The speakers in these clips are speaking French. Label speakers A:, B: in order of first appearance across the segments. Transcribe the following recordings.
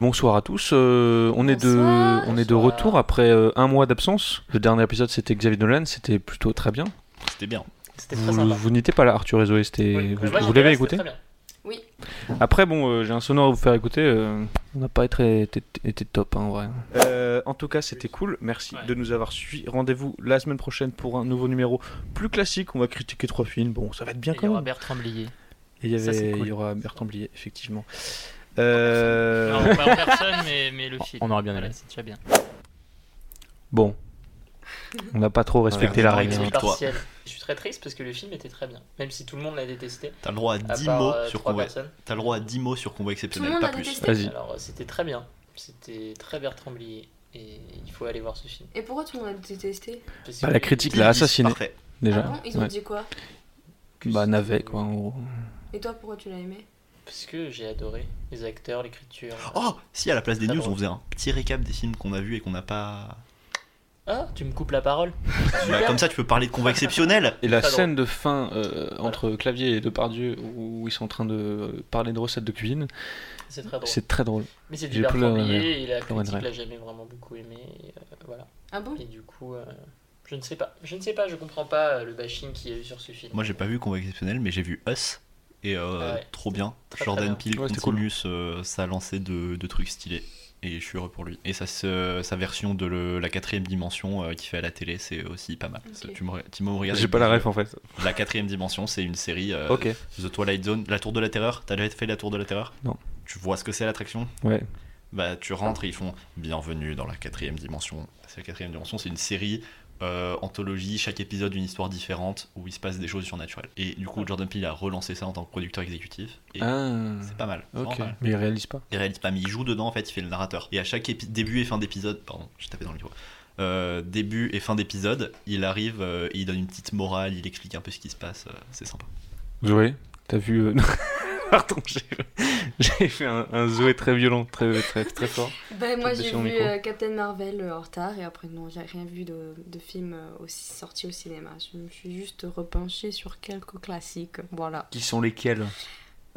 A: Bonsoir à tous. euh, on, est de,
B: Bonsoir.
A: on est de
C: Bonsoir.
A: retour après euh, un mois d'absence. Le dernier épisode, c'était Xavier Dolan. C'était plutôt très bien.
D: C'était bien.
C: C'était très
A: Vous,
C: sympa.
A: vous n'étiez pas là, Arthur et Zoé. c'était-
C: Oui,
A: vous
C: mais moi,
A: vous
C: j'étais
A: l'avez
C: là,
A: écouté
C: c'était très bien.
A: Après, bon, euh, j'ai un sonore à vous faire écouter. euh, on n'a pas été, été- été top, hein, en vrai. Euh, en tout cas, c'était cool. Merci
C: Ouais.
A: de nous avoir suivis. Rendez-vous la semaine prochaine pour un nouveau numéro plus classique. On va critiquer trois films. Bon, ça va être bien
C: Et
A: quand
C: Il y
A: même.
C: aura Bertrand Blier.
A: Et il y,
C: Ça,
A: avait-
C: c'est cool.
A: il y aura Bertrand Blier, effectivement. Euh,
C: Non, pas en personne, mais, mais le film.
B: On aura bien aimé.
C: Voilà, c'est déjà bien.
A: Bon, on n'a pas trop respecté
D: Ouais,
A: la
D: on
A: règle.
D: est
A: hein.
D: Explique-toi.
C: Partiel. Je suis très triste parce que le film était très bien, même si tout le monde l'a détesté,
D: T'as le droit à
C: à
D: 10
C: part
D: mots
C: euh,
D: sur
C: trois
D: convoi.
C: personnes.
D: T'as le droit à 10 mots sur convoi
B: Tout
D: exceptionnel,
B: le
D: pas
B: monde a
D: plus.
B: détesté.
A: Vas-y.
C: Alors euh, c'était très bien, c'était très Bertrand Blier et il faut aller voir ce film.
B: Et pourquoi tout le monde a détesté
C: Parce
A: Bah,
C: que-
A: la critique
D: Dix,
A: l'a
D: dix,
A: assassiné
D: Parfait.
A: déjà.
B: Ah bon Ils ont
A: Ouais.
B: dit quoi
A: Bah navet quoi en gros.
B: Et toi, pourquoi tu l'as aimé
C: Parce que j'ai adoré les acteurs, l'écriture.
D: Oh Si à la place des
C: Très
D: news,
C: drôle.
D: on faisait un petit récap des films qu'on a vus et qu'on n'a pas.
C: Ah, tu me coupes la parole
D: Bah, comme ça, tu peux parler de convoi exceptionnel
A: Et la
C: Très drôle.
A: scène de fin euh, entre Clavier et Depardieu où ils sont en train de parler de recettes de cuisine,
C: C'est très drôle.
A: c'est très drôle.
C: Mais c'est
A: j'ai
C: du Bertrand
A: plus la-
C: Blier et la
A: plus rien de
C: critique
A: vrai.
C: l'a jamais vraiment beaucoup aimé. et, euh, voilà.
B: Ah bon
C: Et du coup, euh, je ne sais pas. Je ne sais pas, je comprends pas euh, le bashing qu'il y a eu sur ce film.
D: Moi, j'ai pas vu convoi exceptionnel, mais j'ai vu Us. Et euh,
C: Ah ouais.
D: trop bien.
C: Très, très
D: Jordan
C: bien.
D: Peele
A: Ouais, c'était
D: continue ce- sa lancée de, de trucs stylés. Et je suis heureux pour lui. Et sa, ce- sa version de le- la quatrième dimension euh, qu'il fait à la télé, c'est aussi pas mal.
B: Ok.
D: C'est- Tu me, re- tu me regardes
A: J'ai
D: avec
A: pas la
D: des
A: ref en fait.
D: yeux. La quatrième dimension, c'est une série euh,
A: Ok.
D: The Twilight Zone, la tour de la terreur, t'as déjà fait la tour de la terreur
A: Non.
D: Tu vois ce que c'est l'attraction
A: Ouais.
D: Bah tu rentres et ils font bienvenue dans la quatrième dimension. C'est la quatrième dimension, c'est une série euh, anthologie, chaque épisode une histoire différente où il se passe des choses surnaturelles. Et du coup Jordan Peele a relancé ça en tant que producteur exécutif et
A: Ah.
D: c'est pas mal. vraiment
A: Ok.
D: pas mal.
A: Mais il réalise pas.
D: Il réalise pas, mais il joue dedans en fait, il fait le narrateur. Et à chaque épi- début et fin d'épisode, pardon, j'ai tapé dans le micro. Euh, début et fin d'épisode, il arrive, euh, et il donne une petite morale, il explique un peu ce qui se passe, euh, c'est sympa.
A: Zoé, t'as vu euh, Pardon, j'ai- j'ai fait un, un Zoé très violent, très très très fort.
B: Ben moi
A: Tape
B: j'ai
A: dessus au
B: vu
A: micro.
B: euh, Captain Marvel euh, en retard et après non j'ai rien vu de, de film euh, aussi sorti au cinéma. Je me suis juste repenchée sur quelques classiques. Voilà.
A: Qui sont lesquels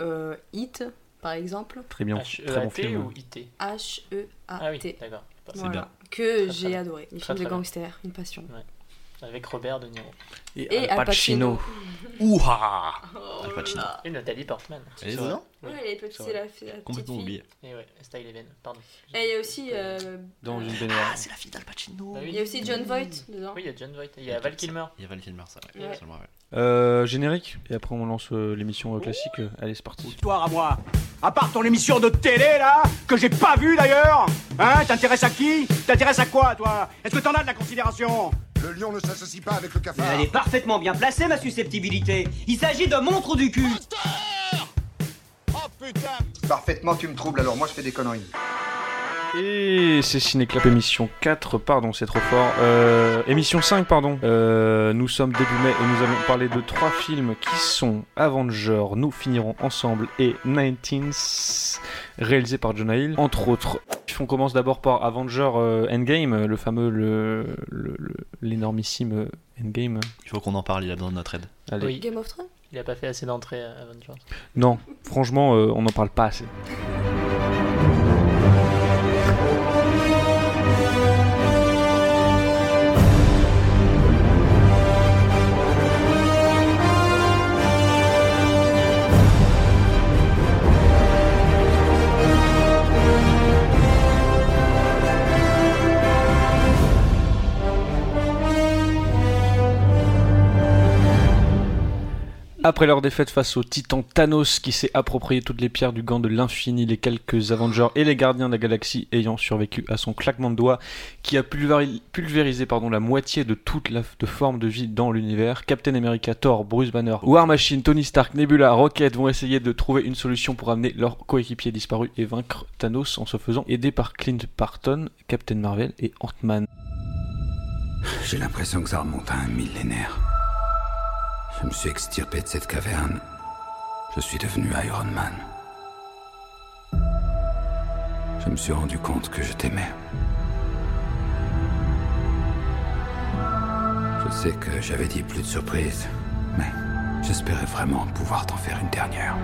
B: Euh, Hit par exemple.
A: Très bien, très bon
C: H-E-A-T
A: film.
C: E
D: hein.
C: ou IT
B: H E
C: Ah
B: A
C: oui,
B: T.
C: d'accord.
B: Voilà.
D: bien.
B: Que
C: Très, très
B: j'ai
C: bien.
B: adoré. Les
C: Très,
B: films de
C: très bien.
B: gangsters, une passion.
C: Avec Robert De Niro.
B: Et Al Pacino.
D: Ouha
B: Oh
D: Al Pacino.
B: là.
C: Et Nathalie Portman.
D: Elle est
C: C'est vrai.
D: dedans
B: Ouais, les petits,
C: C'est vrai.
B: la, fi- la petite
D: Complètement
B: fille.
D: oublié.
C: Et ouais, Style Even, pardon.
B: Et il y a aussi, euh,
A: Dans
B: euh,
A: une baignoire.
D: c'est la fille d'Al Pacino.
C: Bah oui.
B: il y a aussi John Voight dedans.
C: Oui, il y a John Voight, il y a Val Kilmer.
D: Il y a Val Kilmer, ça.
B: Ouais.
D: ça, je me rappelle.
A: Euh, générique. Et après on lance euh, l'émission euh, classique. Euh, Allez, c'est parti.
E: Histoire à moi. À part ton émission de télé, là, que j'ai pas vue d'ailleurs. Hein, t'intéresses à qui T'intéresses à quoi, toi Est-ce que t'en as de la considération
F: Le lion ne s'associe pas avec le
G: Mais
F: cafard.
G: elle est parfaitement bien placée, ma susceptibilité. Il s'agit de mon trou du cul.
F: Parfaitement, tu me troubles, alors moi je fais des conneries.
A: Et c'est Cinéclap émission 4, pardon, c'est trop fort. Euh, émission 5, pardon. Euh, nous sommes début mai et nous allons parler de trois films qui sont Avenger, Nous finirons ensemble et 19 réalisé par John Hill, entre autres. On commence d'abord par Avenger euh, Endgame, euh, le fameux, le- le- le- l'énormissime euh, Endgame.
D: Il faut qu'on en parle, il a besoin de notre aide.
A: Allez.
C: Oui,
B: Game of Thrones
C: il a pas fait assez d'entrées à Avengers.
A: Non, franchement, euh, on n'en parle pas assez. Après leur défaite face au titan Thanos qui s'est approprié toutes les pierres du gant de l'infini, les quelques Avengers et les gardiens de la galaxie ayant survécu à son claquement de doigts qui a pulvari- pulvérisé pardon, la moitié de toute la f- de forme de vie dans l'univers, Captain America, Thor, Bruce Banner, War Machine, Tony Stark, Nebula, Rocket vont essayer de trouver une solution pour amener leurs coéquipiers disparus et vaincre Thanos en se faisant aider par Clint Barton, Captain Marvel et Ant-Man.
H: J'ai l'impression que ça remonte à un millénaire. Je me suis extirpé de cette caverne. Je suis devenu Iron Man. Je me suis rendu compte que je t'aimais. Je sais que j'avais dit plus de surprises, mais j'espérais vraiment pouvoir t'en faire une dernière.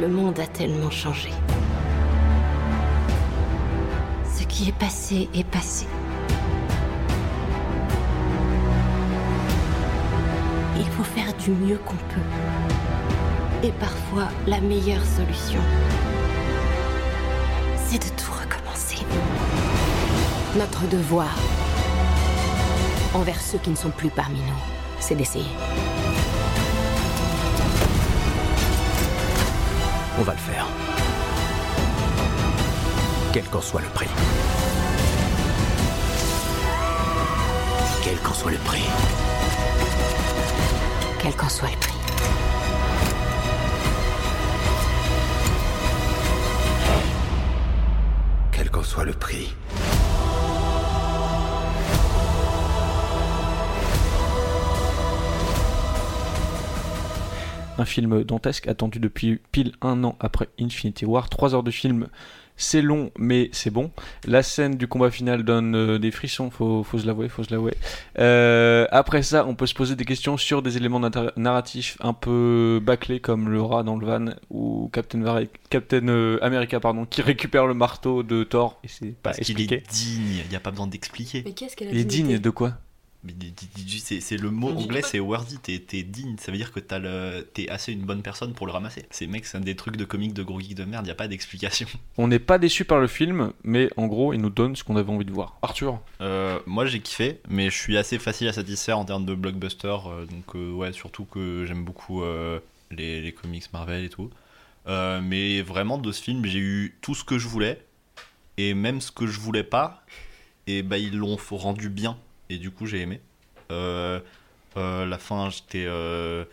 I: Le monde a tellement changé. Ce qui est passé est passé. Il faut faire du mieux qu'on peut. Et parfois, la meilleure solution, c'est de tout recommencer. Notre devoir envers ceux qui ne sont plus parmi nous, c'est d'essayer.
H: On va le faire. Quel qu'en soit le prix. Quel qu'en soit le prix.
I: quel qu'en soit le prix.
H: Quel qu'en soit le prix.
A: Un film dantesque attendu depuis pile un an après Infinity War. Trois heures de film, c'est long mais c'est bon. La scène du combat final donne euh, des frissons, faut, faut se l'avouer, faut se l'avouer. Euh, après ça, on peut se poser des questions sur des éléments nata- narratifs un peu bâclés comme le rat dans le van ou Captain, Vari- Captain euh, America pardon, qui récupère le marteau de Thor et c'est pas
D: Parce qu'il
A: expliqué.
D: est digne, il n'y a pas besoin d'expliquer.
B: Mais qu'est-ce qu'elle a
A: Il est digne de quoi
D: Mais di- di- di- di- C'est c'est le mot
C: On dit
D: anglais,
C: pas-
D: c'est worthy, t'es t'es digne, ça veut dire que t'as le- t'es assez une bonne personne pour le ramasser. Ces mecs, c'est un des trucs de comique de gros geek de merde, y a pas d'explication.
A: On n'est pas déçu par le film, mais en gros, il nous donne ce qu'on avait envie de voir. Arthur
D: Euh, moi j'ai kiffé, mais je suis assez facile à satisfaire en termes de blockbuster, euh, donc euh, ouais, surtout que j'aime beaucoup euh, les, les comics Marvel et tout. Euh, mais vraiment de ce film, j'ai eu tout ce que je voulais, et même ce que je voulais pas, et bah ils l'ont rendu bien, et du coup j'ai aimé. Euh, euh, la fin, j'étais euh,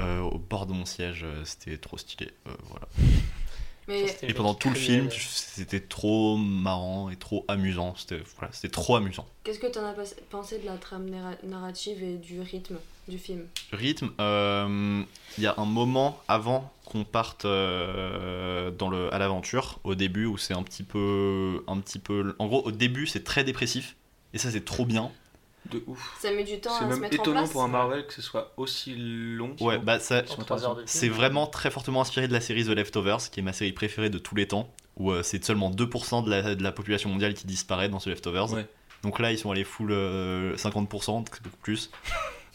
D: euh, au bord de mon siège, euh, c'était trop stylé, euh, voilà.
B: Mais
C: C'était euh,
D: Et pendant
C: mec
D: tout le
C: qui
D: film,
C: criait,
D: c'était trop marrant et trop amusant. C'était voilà, c'était trop amusant.
B: qu'est-ce que t'en as pas- pensé de la trame narra- narrative et du rythme du film
D: Le rythme, euh, il y a un moment avant qu'on parte euh, dans le, à l'aventure, au début, où c'est un petit peu. un petit peu En gros, au début, c'est très dépressif. Et ça, c'est trop bien.
A: De ouf.
B: Ça met du temps
A: C'est
B: à se
A: même
B: mettre en
A: étonnant
B: place.
A: pour un Marvel que ce soit aussi long.
D: Ouais, bah ça.
C: en trois heures de film.
D: C'est vraiment très fortement inspiré de la série The Leftovers, qui est ma série préférée de tous les temps, où euh, c'est seulement 2% de la, de la population mondiale qui disparaît dans ce Leftovers.
A: Ouais.
D: Donc là, ils sont allés full euh, 50%, donc c'est beaucoup plus.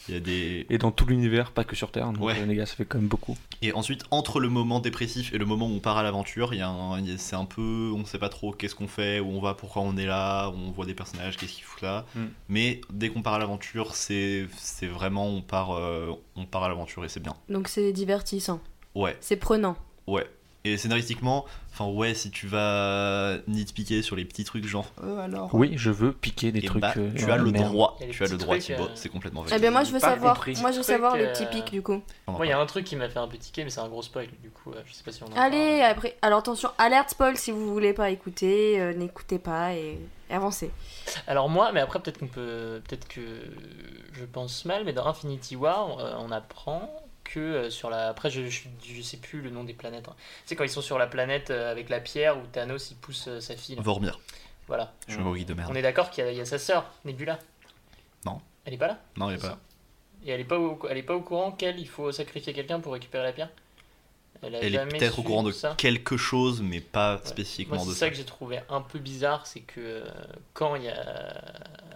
D: Il y a des...
A: Et dans tout l'univers, pas que sur Terre. Donc,
D: Ouais.
A: euh, les gars, ça fait quand même beaucoup.
D: Et ensuite, entre le moment dépressif et le moment où on part à l'aventure, il y a un- il y a- c'est un peu, on sait pas trop qu'est-ce qu'on fait, où on va, pourquoi on est là, on voit des personnages, qu'est-ce qu'ils foutent là.
A: Mm.
D: Mais dès qu'on part à l'aventure, c'est c'est vraiment, on part, euh, on part à l'aventure et c'est bien.
B: Donc c'est divertissant,
D: Ouais.
B: c'est prenant.
D: Ouais. Et scénaristiquement, enfin ouais, si tu vas nitpiquer sur les petits trucs genre,
A: Oui, je veux piquer des
D: eh
A: trucs.
D: bah,
A: euh,
D: tu as le
A: merde.
D: droit,
C: Il y a les
D: tu as le
C: petits
D: droit
C: trucs,
D: Thibaut,
C: euh,
D: c'est complètement
B: Eh
D: vrai.
B: ben moi je veux
A: pas
B: savoir,
A: compris.
B: moi je veux
C: Truc,
B: savoir le
C: euh,
B: petit pic du coup.
D: On en
C: Moi, il y
D: parle.
C: a un truc qui m'a fait un petit kick, mais c'est un gros spoil. Du coup, euh, je sais pas si on en parle.
B: Allez, après, alors attention, alerte spoil si vous voulez pas écouter, euh, n'écoutez pas et, et avancez.
C: Alors moi, mais après peut-être qu'on peut, peut-être que je pense mal, mais dans Infinity War, euh, on apprend que euh, sur la, après je, je, je sais plus le nom des planètes. hein. Tu sais quand ils sont sur la planète euh, avec la pierre où Thanos il pousse euh, sa fille. là.
D: Vormir,
C: Voilà.
D: je suis un gros geek de
C: On
D: merde.
C: est d'accord qu'il y, a- il y a sa sœur Nebula.
D: Non.
C: Elle est pas là.
D: Non, il y a
C: c'est
D: pas.
C: ça Et elle est pas au, elle est pas au courant qu'elle il faut sacrifier quelqu'un pour récupérer la pierre. a
D: Elle est
C: jamais
D: peut-être au
C: su
D: courant de
C: ça.
D: quelque chose, mais pas
C: Ouais.
D: spécifiquement
C: Moi, c'est
D: de
C: ça
D: ça.
C: que j'ai trouvé un peu bizarre, c'est que euh, quand il y a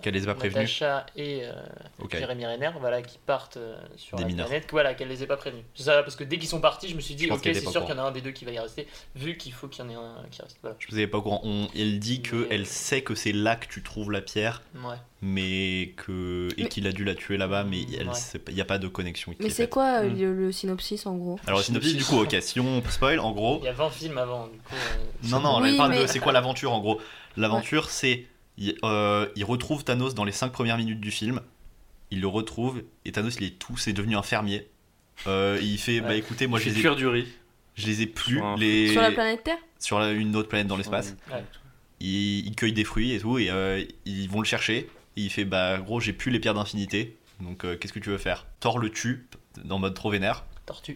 D: Qu'elle les a pas prévenus.
C: Natacha et euh,
D: Ok.
C: Jérémy Renner, voilà, qui partent euh, sur
D: Des
C: la
D: mineurs.
C: planète, que, voilà, qu'elle les ait pas prévenus. C'est ça, parce que dès qu'ils sont partis, je me suis dit,
D: Je pense
C: ok,
D: qu'elle
C: c'est
D: était pas
C: sûr
D: au
C: qu'il y en a un des deux qui va y rester, vu qu'il faut qu'il y en ait un qui reste. Voilà.
D: Je vous avais pas au courant. On- Elle dit que
C: Mais-
D: elle sait que c'est là que tu trouves la pierre,
C: Ouais.
D: mais que et
B: Mais-
D: qu'il a dû la tuer là-bas, mais il
C: Ouais.
D: n'y a pas de connexion. qui
B: Mais
D: est
B: c'est
D: faite.
B: quoi euh,
A: Mm.
B: le, le synopsis en gros
D: Alors le synopsis du coup, ok, si on spoil, en gros,
C: Il y a 20 films avant, du coup. euh,
D: Oh. Non, non,
B: Oui,
D: elle parle
B: mais-
D: de c'est quoi l'aventure en gros. L'aventure, c'est. Il, euh, il retrouve Thanos dans les 5 premières minutes du film. Il le retrouve et Thanos, il est tout, c'est devenu un fermier. Euh, il fait Bah
A: Ouais.
D: écoutez, moi
A: Je
D: je
A: fais
D: les, ai,
A: cuire du riz.
D: je les ai plus.
A: Sur un-
D: les...
B: Sur la planète Terre
D: sur la- une autre planète dans l'espace.
C: Ouais.
D: Il, il cueille des fruits et tout et euh, ils vont le chercher. Et il fait Bah gros, j'ai plus les pierres d'infinité. Donc euh, qu'est-ce que tu veux faire Thor le tue dans mode trop vénère.
C: Tortue.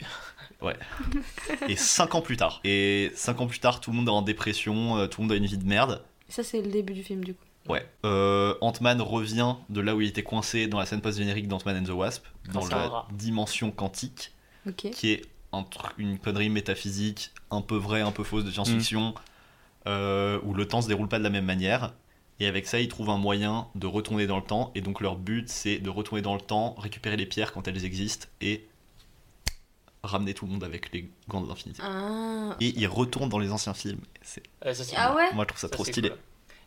D: Et 5 ans plus tard. Et 5 ans plus tard, tout le monde est en dépression, euh, tout le monde a une vie de merde.
B: Ça c'est le début du film du coup.
D: Ouais. Euh, Ant-Man revient de là où il était coincé dans la scène post-générique d'Ant-Man and the Wasp, dans
C: Grâce à un
D: la
C: rat.
D: dimension quantique,
B: Ok.
D: qui est un tr- une connerie métaphysique un peu vraie, un peu fausse de
B: Mm.
D: science-fiction, euh, où le temps se déroule pas de la même manière. Et avec ça, ils trouvent un moyen de retourner dans le temps. Et donc leur but, c'est de retourner dans le temps, récupérer les pierres quand elles existent et ramener tout le monde avec les gants de l'infinité.
B: Ah,
D: Et ils retournent dans les anciens films. C'est-
C: Euh, ça, c'est
B: Ah ouais
D: Moi, je trouve ça,
C: Ça,
D: trop
C: c'est
D: stylé.
C: cool.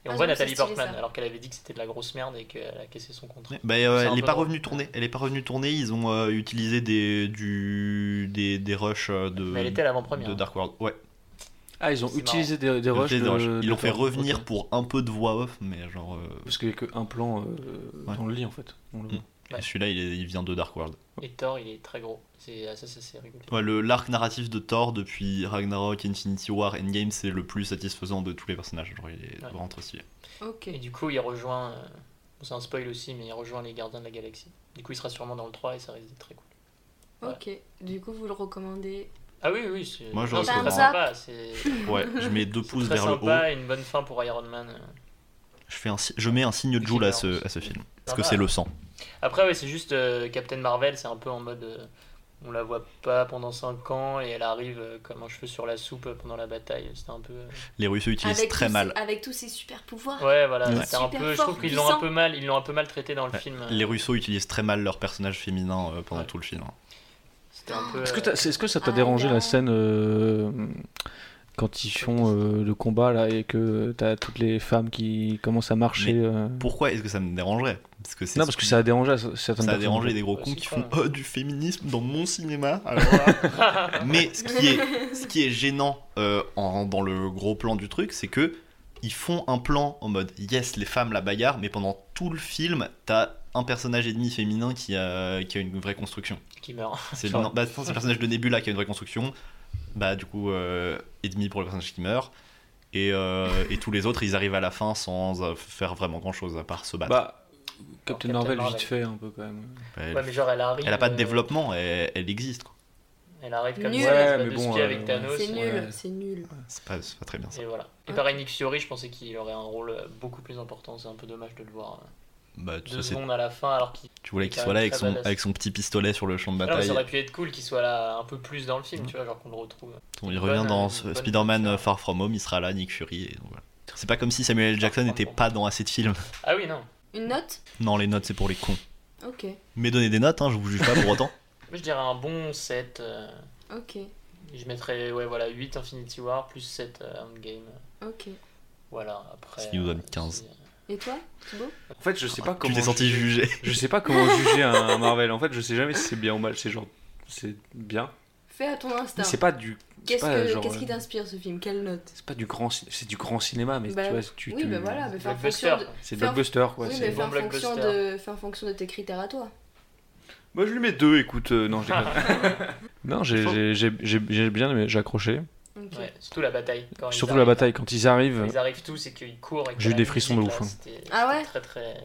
C: Et on
B: Ah,
C: voit
B: j'aime, c'est
C: Nathalie
B: stylé,
C: Portman,
B: ça.
C: alors qu'elle avait dit que c'était de la grosse merde et qu'elle a cassé son contrat.
D: Bah, euh,
C: C'est un
D: elle n'est
C: peu
D: pas
C: drôle.
D: revenue tourner. Elle est pas revenue tourner. Ils ont euh, utilisé des du des, des rushs euh, de
C: Mais elle était à l'avant-première. hein.
D: de Dark World. Ouais.
A: Ah, ils ont
C: C'est
A: utilisé des, des rushs.
D: Ils ont fait des
A: de-
D: rushs. Ils
A: de
D: l'ont fait
A: faire.
D: revenir
A: Ok.
D: pour un peu de voix off, mais genre euh,
A: Parce qu'il n'y a qu'un plan euh,
D: Ouais.
A: dans le lit en fait. On le voit.
C: Ouais.
D: celui-là, il, est- il vient de Dark World.
C: Et Thor, il est très gros. C'est ah, ça, ça, c'est rigolo.
D: Ouais, le l'arc narratif de Thor depuis Ragnarok, Infinity War, Endgame, c'est le plus satisfaisant de tous les personnages. Genre, il est
C: Ouais.
D: vraiment trop stylé.
B: ok.
C: Et du coup, il rejoint. euh, bon, c'est un spoil aussi, mais il rejoint les gardiens de la galaxie. Du coup, il sera sûrement dans le 3 et ça risque d'être très cool.
B: Ok. Du coup, vous le recommandez.
C: Ah oui, oui, c'est
D: Moi, je
C: non, c'est
B: recommande.
C: très sympa. C'est c'est
D: Ouais, je mets deux pouces
C: très
D: vers le haut.
C: sympa et une bonne fin pour Iron Man. euh.
D: Je fais un si- je mets un signe de
C: Et
D: Joule à
C: Killer
D: ce
C: aussi.
D: à ce film parce
C: Pas
D: que
C: mal.
D: c'est le sang.
C: Après, ouais, c'est juste euh, Captain Marvel, c'est un peu en mode. euh, on la voit pas pendant 5 ans et elle arrive euh, comme un cheveu sur la soupe euh, pendant la bataille. C'était un peu. euh,
D: Les Russes utilisent
B: Avec
D: très
B: tous-
D: mal.
B: Avec tous ces super pouvoirs.
C: Ouais, voilà,
D: Ouais.
C: c'est un
B: Super
C: peu. Je
B: fort,
C: trouve qu'ils l'ont un
B: puissant.
C: peu mal, ils l'ont un peu mal traité dans le
D: Ouais.
C: film.
D: Les Russos utilisent très mal leurs personnages féminins euh, pendant
C: Ouais.
D: tout le film. hein.
C: C'était un peu.
A: Est-ce que,
C: euh,
A: t'as- c'est- est-ce que ça t'a
B: Ah,
A: dérangé la
B: gars.
A: scène euh, quand ils font euh, le combat là et que t'as toutes les femmes qui commencent à marcher euh,
D: Pourquoi est-ce que ça me dérangerait Parce que c'est
A: Non, parce que
D: ce
A: ça a dérangé à certaines
D: qui- ça a
A: personnes.
D: dérangé des gros
C: Ouais,
D: cons
C: c'est
D: qui
C: con,
D: font oh, du féminisme dans mon cinéma. alors là. Mais ce qui est, ce qui est gênant euh, en- dans le gros plan du truc, c'est que ils font un plan en mode yes les femmes la bagarre, mais pendant tout le film t'as un personnage et demi féminin qui a, qui a une vraie construction.
C: Qui meurt.
D: C'est
C: Genre.
D: non, bah, c'est le personnage de Nebula qui a une vraie construction. Bah du coup euh, et demi pour le personnage qui meurt. Et, euh, et tous les autres, ils arrivent à la fin sans euh, faire vraiment grand chose à part se battre.
A: Bah,
C: Captain
A: Captain Marvel,
C: Marvel.
A: vite fait un peu quand même.
D: Bah,
C: Ouais, mais genre, elle arrive.
D: Elle a pas de
C: euh,
D: développement, elle, elle existe. quoi.
C: Elle arrive comme
B: Nul.
C: ça, elle se
A: Ouais, mais
C: bat de
A: bon,
C: ski
A: euh,
C: avec Thanos.
B: C'est
C: et-
A: Ouais.
B: nul, c'est nul.
D: C'est pas, c'est pas très bien ça.
C: Et voilà. Et
B: Ouais.
C: pareil, Nick Fury, je pensais qu'il aurait un rôle beaucoup plus important. C'est un peu dommage de le voir euh,
D: Bah, ça,
C: deux
D: c'est-
C: secondes à la fin, alors qu'il
D: tu voulais
C: il
D: qu'il
C: est
D: soit là
C: quand même
D: avec
C: très
D: son,
C: badass.
D: avec son petit pistolet sur le champ de
C: Alors,
D: bataille.
C: Ah, ça aurait pu être cool qu'il soit là un peu plus dans le film, tu vois, genre qu'on le retrouve.
D: il
C: une
D: revient
C: bonne-
D: dans
C: une
D: ce-
C: bonne
D: Spider-Man
C: personne.
D: euh, Far From Home, il sera là, Nick Fury. et donc voilà. C'est pas comme si Samuel L. Jackson n'était pas dans assez de films.
C: Ah oui, non.
B: Une note
D: Non, les notes, c'est pour les cons.
B: Ok,
D: Mais donnez des notes, hein, je vous juge pas pour autant.
C: Moi, je dirais un bon 7. euh,
B: ok,
C: je mettrais ouais, voilà, 8 Infinity War plus 7 euh, Endgame.
B: ok.
C: Voilà, après.
D: Ce qui nous donne
C: euh,
D: 15.
C: si-
B: Et toi, Thibaut
A: En fait, je sais pas
D: tu
A: comment.
D: t'es senti jugé.
A: Je sais pas comment juger un, un Marvel. En fait, je sais jamais si c'est bien ou mal. C'est genre, c'est bien.
B: Fais à ton instinct.
A: Mais c'est pas du,
B: Qu'est-ce
A: pas,
B: que-
A: genre,
B: qu'est-ce qui
A: euh,
B: t'inspire ce film Quelle note
A: c'est pas du grand, cin- c'est du grand cinéma, mais
B: Bah,
A: tu vois, tu,
B: Oui,
A: tu-
B: mais voilà, mais fais en
C: Blockbuster.
B: fonction de...
A: c'est
B: fais en-
A: blockbuster quoi.
B: Oui,
A: c'est-
B: mais
C: bon
B: fais en,
C: blockbuster.
B: fonction de... fais en fonction de tes critères à toi.
A: Moi je lui mets deux, écoute, euh, non, je déconne. non, j'ai-
C: Faut-
A: j'ai j'ai- j'ai- j'ai bien aimé, j'ai accroché.
B: Ok.
C: Ouais, surtout la bataille. quand ils
A: Surtout la
C: arrivent.
A: bataille, quand ils arrivent,
C: Ils arrivent tous et qu'ils courent. et que
A: J'ai eu
C: la
A: des frissons de
C: musique,
A: ouf,
C: là,
A: hein.
C: c'était-
B: Ah ouais
C: c'était Très très. Très,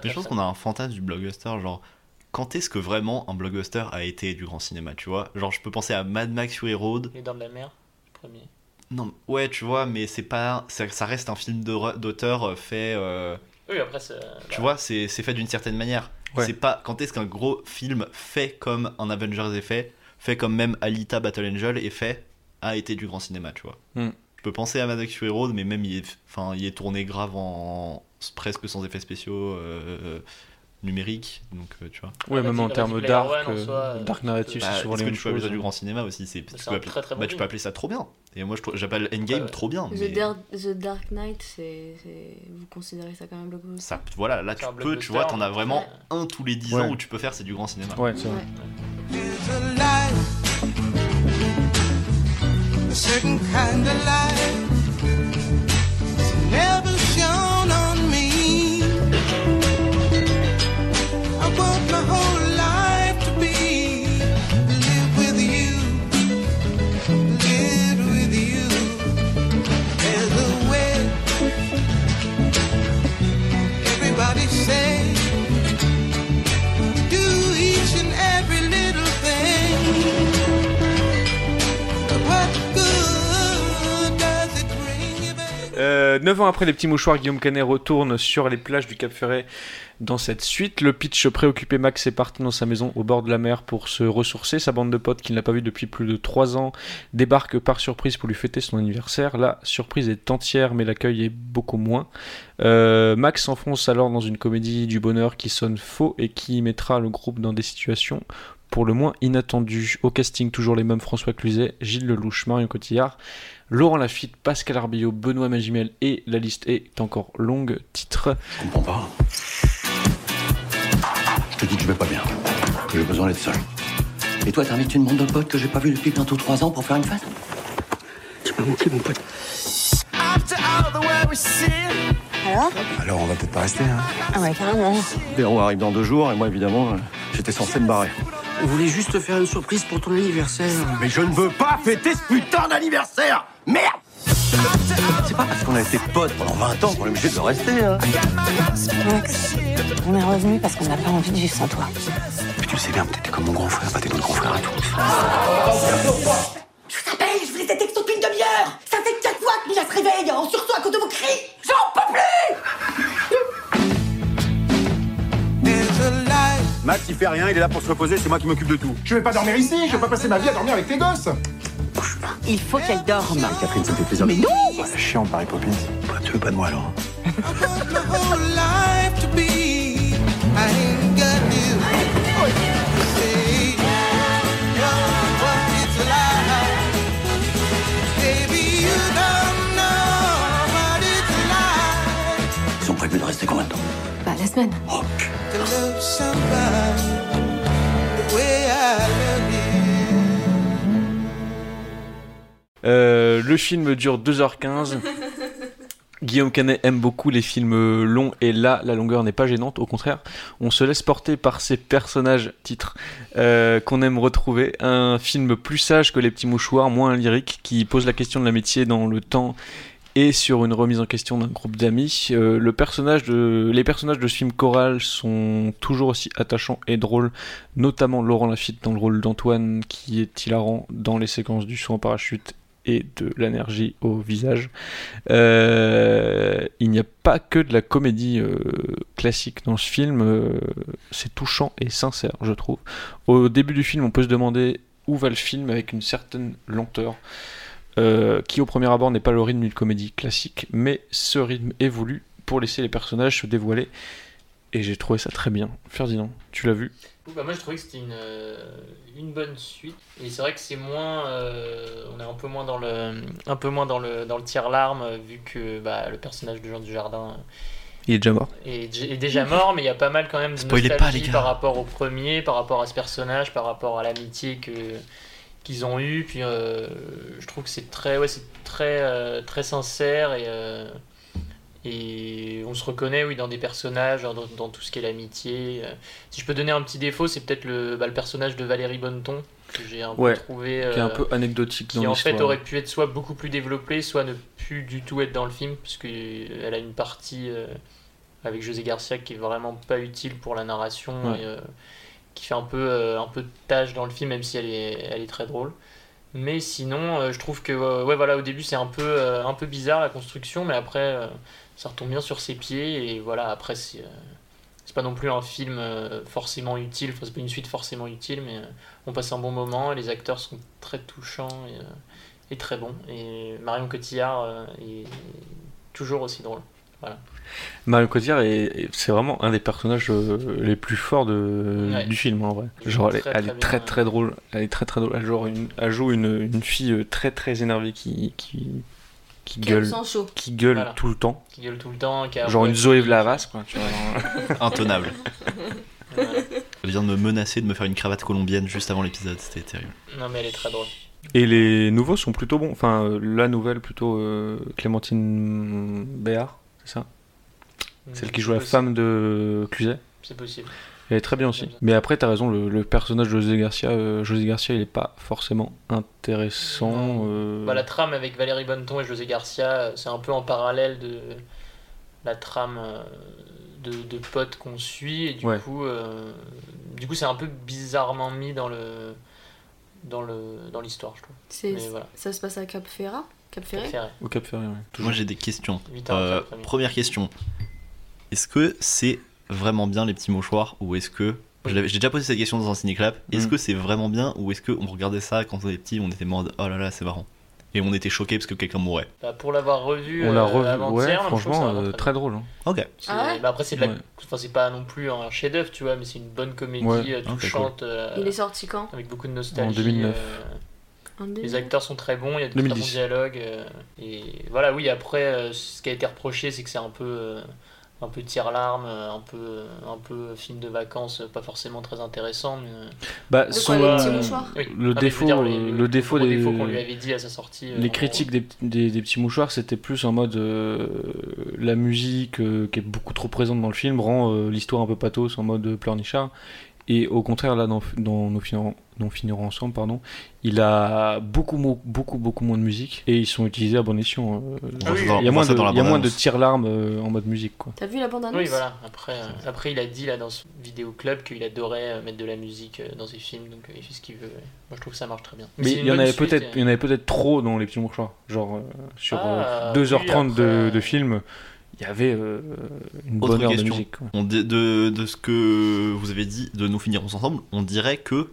D: Mais
C: très
D: je pense
C: fun.
D: qu'on a un fantasme du blockbuster, genre quand est-ce que vraiment un blockbuster a été du grand cinéma, tu vois Genre je peux penser à Mad Max Fury Road.
C: Les Dents de la Mer, le premier.
D: Non, mais- ouais, tu vois, mais c'est pas ça, ça reste un film d'horreur- d'auteur euh, fait euh,
C: Oui, après, c'est.
D: tu vois, c'est c'est fait d'une certaine manière.
A: Ouais.
D: C'est pas quand est-ce qu'un gros film fait comme un Avengers est fait, fait comme même Alita Battle Angel est fait a été du grand cinéma, tu vois
A: Hmm.
D: Je peux penser à Mad Max Fury Road, mais même il est, enfin, il est tourné grave en presque sans effets spéciaux euh, numériques, donc euh, tu vois.
A: ouais,
C: Ready-
A: même en
C: Ready
A: termes
C: Player
A: d'arc,
C: One, en
A: euh,
C: soi, euh,
A: d'arc narratif,
D: Bah,
A: c'est souvent
D: est-ce
A: les
D: que
A: mêmes
D: tu peux appeler
A: choses. hein.
D: ça du grand cinéma aussi c'est, tu,
C: C'est
D: peux
C: un
D: appeler...
C: très, très bon
D: bah, tu peux
C: film. Euh,
D: appeler ça trop bien. Et moi, je trouve- j'appelle Endgame
C: Ouais.
D: trop bien.
B: The,
D: mais
B: Dar- The Dark Knight, c'est... c'est- vous considérez ça quand même blockbuster
D: ça, voilà, là, tu
C: C'est un
D: peux, tu
C: blockbuster,
D: vois, t'en as vraiment
C: ouais.
D: un tous les 10
A: Ouais.
D: ans où tu peux faire, c'est du grand cinéma.
A: Ouais, c'est vrai.
J: Everybody say do each and every little thing. But what good
A: Euh, Neuf ans après les petits mouchoirs, Guillaume Canet retourne sur les plages du Cap Ferret dans cette suite. Le pitch préoccupé Max est parti dans sa maison au bord de la mer pour se ressourcer. Sa bande de potes qu'il n'a pas vu depuis plus de 3 ans débarque par surprise pour lui fêter son anniversaire. La surprise est entière mais l'accueil est beaucoup moins. Euh, Max s'enfonce alors dans une comédie du bonheur qui sonne faux et qui mettra le groupe dans des situations pour le moins inattendues. Au casting, toujours les mêmes François Cluzet, Gilles Lelouch, Marion Cotillard, Laurent Lafitte, Pascal Arbillot, Benoît Magimel et la liste est encore longue. Titre
H: Je comprends pas. Je te dis que je vais pas bien. Que j'ai besoin d'être seul. Et toi, t'invites une bande de potes que j'ai pas vu depuis bientôt trois ans pour faire une fête Tu m'as manqué, mon pote.
K: Alors
H: Alors, on va peut-être pas rester, hein.
K: Ah ouais, carrément.
H: Véro arrive dans deux jours et moi, évidemment, euh, j'étais censé me barrer.
K: On voulait juste te faire une surprise pour ton anniversaire.
H: Mais je ne veux pas fêter ce putain d'anniversaire Merde C'est pas parce qu'on a été potes pendant 20 ans qu'on est obligé de le rester, hein.
K: Max, on est revenu parce qu'on n'a pas envie de vivre sans toi.
H: Mais tu le sais bien, t'étais comme mon grand frère, pas t'es notre grand frère à tous.
K: Je t'appelle, je vous les ai textés depuis une demi-heure Ça fait quatre fois que Mila se réveille en sursaut à cause de vos cris J'en peux plus
E: Max, il fait rien, il est là pour se reposer, c'est moi qui m'occupe de tout.
F: Je vais pas dormir ici, je vais pas passer ma vie à dormir avec tes gosses.
K: Il faut qu'elle dorme
H: Catherine, ça me fait plaisir.
K: Mais non
H: C'est chiant, Paris Poppins. Bah, tu veux pas de moi, alors
E: hein.
H: Ils sont prévenus de rester combien de temps Oh,
I: Bah, la semaine.
A: Euh, le film dure 2h15. Guillaume Canet aime beaucoup les films longs et là, la longueur n'est pas gênante, au contraire, on se laisse porter par ces personnages titres euh, qu'on aime retrouver. Un film plus sage que Les Petits Mouchoirs, moins lyrique, qui pose la question de l'amitié dans le temps et sur une remise en question d'un groupe d'amis. Euh, le personnage de... Les personnages de ce film choral sont toujours aussi attachants et drôles, notamment Laurent Lafitte dans le rôle d'Antoine, qui est hilarant dans les séquences du saut en parachute et de l'énergie au visage. Euh, il n'y a pas que de la comédie euh, classique dans ce film, euh, c'est touchant et sincère, je trouve. Au début du film, on peut se demander où va le film avec une certaine lenteur. euh, qui au premier abord n'est pas le rythme d'une comédie classique, mais ce rythme est voulu pour laisser les personnages se dévoiler. Et j'ai trouvé ça très bien. Ferdinand, tu l'as vu
C: Ouh, bah, moi, je trouvais que c'était une, euh, une bonne suite. Et c'est vrai que c'est moins. euh, on est un peu moins dans le, un peu moins dans le, dans le tir larme, euh, vu que bah, le personnage de Jean du Jardin
A: Il est déjà mort.
C: est, est déjà mort, mais il y a pas mal quand même de
D: Spoilez pas,
C: nostalgie
D: les gars.
C: par rapport au premier, par rapport à ce personnage, par rapport à l'amitié que qu'ils ont eue. Puis euh, je trouve que c'est très, ouais, c'est très, euh, très sincère et euh, et on se reconnaît, oui, dans des personnages, dans, dans tout ce qui est l'amitié. euh. Si je peux donner un petit défaut, c'est peut-être le, bah, le personnage de Valérie Bonneton que j'ai un
A: Ouais,
C: peu trouvé.
A: Qui est un
C: euh,
A: peu anecdotique
C: qui
A: dans
C: en fait
A: l'histoire.
C: aurait pu être soit beaucoup plus développée, soit ne plus du tout être dans le film, parce que, euh, elle a une partie euh, avec José Garcia qui est vraiment pas utile pour la narration
A: Ouais.
C: et euh, qui fait un peu, euh, un peu de tâche dans le film, même si elle est, elle est très drôle. Mais sinon, euh, je trouve que euh, ouais, voilà, au début c'est un, peu euh, un peu bizarre la construction, mais après euh, ça retombe bien sur ses pieds et voilà, après c'est. euh, c'est pas non plus un film euh, forcément utile, enfin, c'est pas une suite forcément utile, mais euh, on passe un bon moment, les acteurs sont très touchants et, euh, et très bons. Et Marion Cotillard euh, est toujours aussi drôle. Voilà.
A: Marion Cotillard, est- est- c'est vraiment un des personnages euh, les plus forts de,
C: Ouais.
A: du film en vrai.
C: Elle
A: Genre, elle,
C: joue
A: est-
C: très,
A: elle
C: très
A: est très
C: bien,
A: très drôle. Elle est très très drôle. Elle, genre une- elle joue une, une fille euh, très très énervée qui, qui, qui
B: Qui a le
A: gueule,
B: sang chaud.
A: qui gueule
C: Voilà.
A: tout le temps.
C: Qui gueule tout le temps, qui a
A: Genre une
C: ouais,
A: Zoé Vlavasse quoi. Tu vois,
D: Intenable.
C: voilà.
D: Elle vient de me menacer de me faire une cravate colombienne juste avant l'épisode, c'était terrible.
C: Non mais elle est très drôle.
A: Et les nouveaux sont plutôt bons. Enfin, euh, la nouvelle plutôt euh, Clémentine Béard, c'est ça
C: Mm.
A: Celle qui joue la
C: C'est
A: femme de Cluzet.
C: possible, C'est possible.
A: Elle est très bien aussi. Mais après, t'as raison, le, le personnage de José Garcia, euh, José Garcia, il est pas forcément intéressant. euh,
C: Bah, la trame avec Valérie Bonneton et José Garcia, euh, c'est un peu en parallèle de la trame euh, de, de potes qu'on suit. Et du
A: Ouais.
C: coup, euh, du coup, c'est un peu bizarrement mis dans le dans le dans l'histoire, je trouve.
B: C'est-
C: Mais voilà.
B: Ça se passe à Cap Ferrat Cap Ferré
A: Au Cap Ferré, ouais.
D: Moi j'ai des questions.
C: Huit heures après le
D: Euh,
C: premier.
D: première question. Est-ce que c'est vraiment bien les petits mouchoirs ou est-ce que... je l'avais- J'ai déjà posé cette question dans un cinéclap. Est-ce
A: Mm.
D: que c'est vraiment bien ou est-ce qu'on regardait ça quand on était petit, on était mort de... Oh là là, c'est marrant. Et on était choqués parce que quelqu'un mourait.
C: Bah, pour l'avoir revu
A: On
C: euh,
A: l'a revu,
C: avant-hier,
A: ouais,
C: je trouve que ça
A: franchement,
C: va
A: euh,
C: très
A: très drôle. hein.
D: Ok.
C: C'est-
B: Ah ouais
C: bah après, c'est de la...
A: Ouais.
C: enfin, c'est pas non plus un chef-d'œuvre, tu vois, mais c'est une bonne comédie
A: Ouais.
C: euh,
A: Ah, c'est
C: touchante, euh,
B: Il est sorti quand
C: avec beaucoup de nostalgie.
A: En 2009.
C: euh,
B: En
C: les
B: 2000.
C: acteurs sont très bons, il y a de
A: 2010.
C: très bons dialogues. euh, et voilà, oui, après, euh, ce qui a été reproché, c'est que c'est un peu. euh, un peu tire-larme, euh, un peu, un peu film de vacances, euh, pas forcément très intéressant. Mais... euh,
A: Bah,
B: De
A: son-
B: quoi, les petits
A: euh,
B: mouchoirs
A: le
C: oui. Ah, mais je veux
A: défaut,
C: dire,
A: euh,
C: les-
A: le défaut
C: gros
A: des-
C: défaut qu'on lui avait dit à sa sortie. euh,
A: les
C: en-
A: critiques des, des, des petits mouchoirs, c'était plus en mode euh, la musique euh, qui est beaucoup trop présente dans le film rend euh, l'histoire un peu pathos en mode euh, pleurnichard. Et au contraire, là, dans, dans nous, finirons, Nous finirons ensemble, pardon, il a beaucoup, mo- beaucoup, beaucoup moins de musique et ils sont utilisés à bon escient. euh,
D: On voit
C: oui,
D: ça dans-
A: il y a moins
D: on voit ça
A: de,
D: dans la
A: il y a moins de
D: bande-annonce.
A: tirs-larmes euh, en mode musique, quoi.
B: T'as vu la bande-annonce
C: Oui, voilà. Après, euh, après, il a dit là dans ce vidéoclub qu'il adorait euh, mettre de la musique euh, dans ses films, donc euh, il fait ce qu'il veut. ouais. Moi, je trouve que ça marche très bien.
A: Mais
C: c'est
A: il
C: une
A: y en
C: bonne
A: avait
C: suite,
A: peut-être,
C: euh.
A: il y en avait peut-être trop dans les petits mouchoirs, genre euh, sur euh,
C: Ah, oui,
A: 2h30 de,
C: après-
A: de film, il y avait euh, une
D: Autre
A: bonne heure de
D: question.
A: musique. quoi.
D: On dé- de, de ce que vous avez dit, de nous finirons ensemble, on dirait que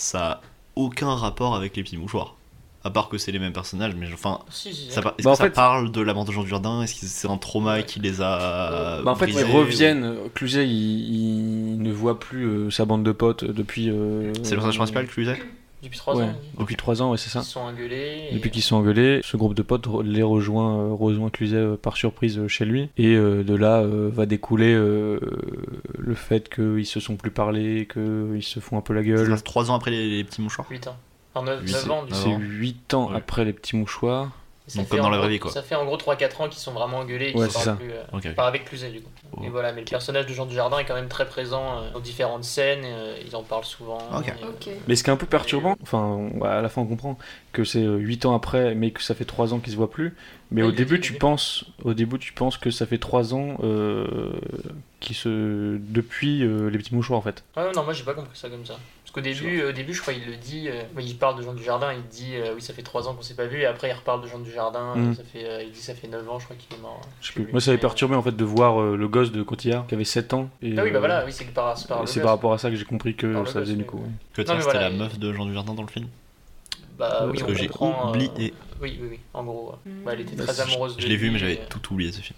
D: ça a aucun rapport avec les petits mouchoirs. À part que c'est les mêmes personnages, mais je- enfin,
C: Si, si, si.
D: ça, va- est-ce
A: Bah, en
D: que ça
A: fait-
D: parle de la mort de Jean Dujardin Est-ce que c'est un trauma qui les a. euh,
A: Bah, en fait,
D: brisés
A: ils reviennent. Cluzet, il, il ne voit plus euh, sa bande de potes depuis. euh,
D: C'est le personnage principal, Cluzet
C: Depuis 3
A: ouais,
C: ans,
A: Depuis trois ans, ouais, c'est ça.
C: ils se sont engueulés. et-
A: Depuis qu'ils sont engueulés, ce groupe de potes re- les rejoint, euh, rejoint Cluzet euh, par surprise euh, chez lui. Et euh, de là euh, va découler euh, le fait qu'ils se sont plus parlé, qu'ils se font un peu la
D: Ça se
A: gueule.
D: passe Trois ans après les, les petits mouchoirs.
C: 8 ans. Enfin, 9,
D: Huit, c'est-
C: ans, du
D: Ah
A: C'est
D: bon
A: 8 ans
D: Ouais.
A: après les petits mouchoirs.
C: Ça
D: Donc,
C: fait
D: comme
C: en
D: dans la vraie
C: gros-
D: vie, quoi.
C: Ça fait en gros 3-4 ans qu'ils sont vraiment engueulés et qu'ils
A: Ouais,
C: se
A: c'est
C: parlent
A: ça.
C: plus. euh,
D: Ok, ok.
C: Enfin, avec Cluzet, du coup.
D: Oh.
C: Et voilà, mais le personnage de Jean Dujardin est quand même très présent euh, dans différentes scènes, et, euh, ils en parlent souvent.
D: Ok.
C: et, euh,
B: Ok.
A: Mais ce qui est un peu perturbant, enfin, on- à la fin on comprend que c'est 8 ans après, mais que ça fait 3 ans qu'ils se voient plus. Mais
C: Ouais,
A: au
C: il le
A: début,
C: dit,
A: tu
C: oui.
A: penses, au début, tu penses que ça fait 3 ans euh, qu'ils se, depuis euh, les petits mouchoirs en fait.
C: Ouais, ouais, non, moi j'ai pas compris ça comme ça. Parce qu'au début, euh, au début, je crois il le dit, euh, ouais, il parle de Jean Dujardin, il dit euh, oui, ça fait 3 ans qu'on s'est pas vu, et après il reparle de Jean Dujardin, euh,
A: Mm.
C: ça fait, euh, il dit ça fait 9 ans, je crois qu'il est mort. hein.
A: Je sais
C: sais
A: plus.
C: plus.
A: Moi, ça m'avait
C: Mais,
A: perturbé en fait de voir euh, le gosse de Cotillard qui avait 7 ans. Et,
C: Ah oui, bah
A: euh,
C: voilà, oui, c'est que par, c'est par
A: et
C: le
A: c'est
C: gosse.
A: par rapport à ça que j'ai compris que
C: Par le
A: ça faisait
C: gosse,
A: du
C: oui.
A: coup. ouais.
D: Que
C: Non, mais
D: c'était
C: voilà,
D: la
C: et-
D: meuf de Jean Dujardin dans le film
C: Bah oui,
D: Parce
C: on
D: que j'ai
C: comprend, euh,
D: oublié.
C: Oui, oui, oui, en gros. ouais.
B: Mm.
C: Bah, elle était
A: Bah,
C: très
A: si, je-
C: amoureuse de
D: Je l'ai vu,
C: lui,
D: mais
C: euh,
D: j'avais tout oublié ce film.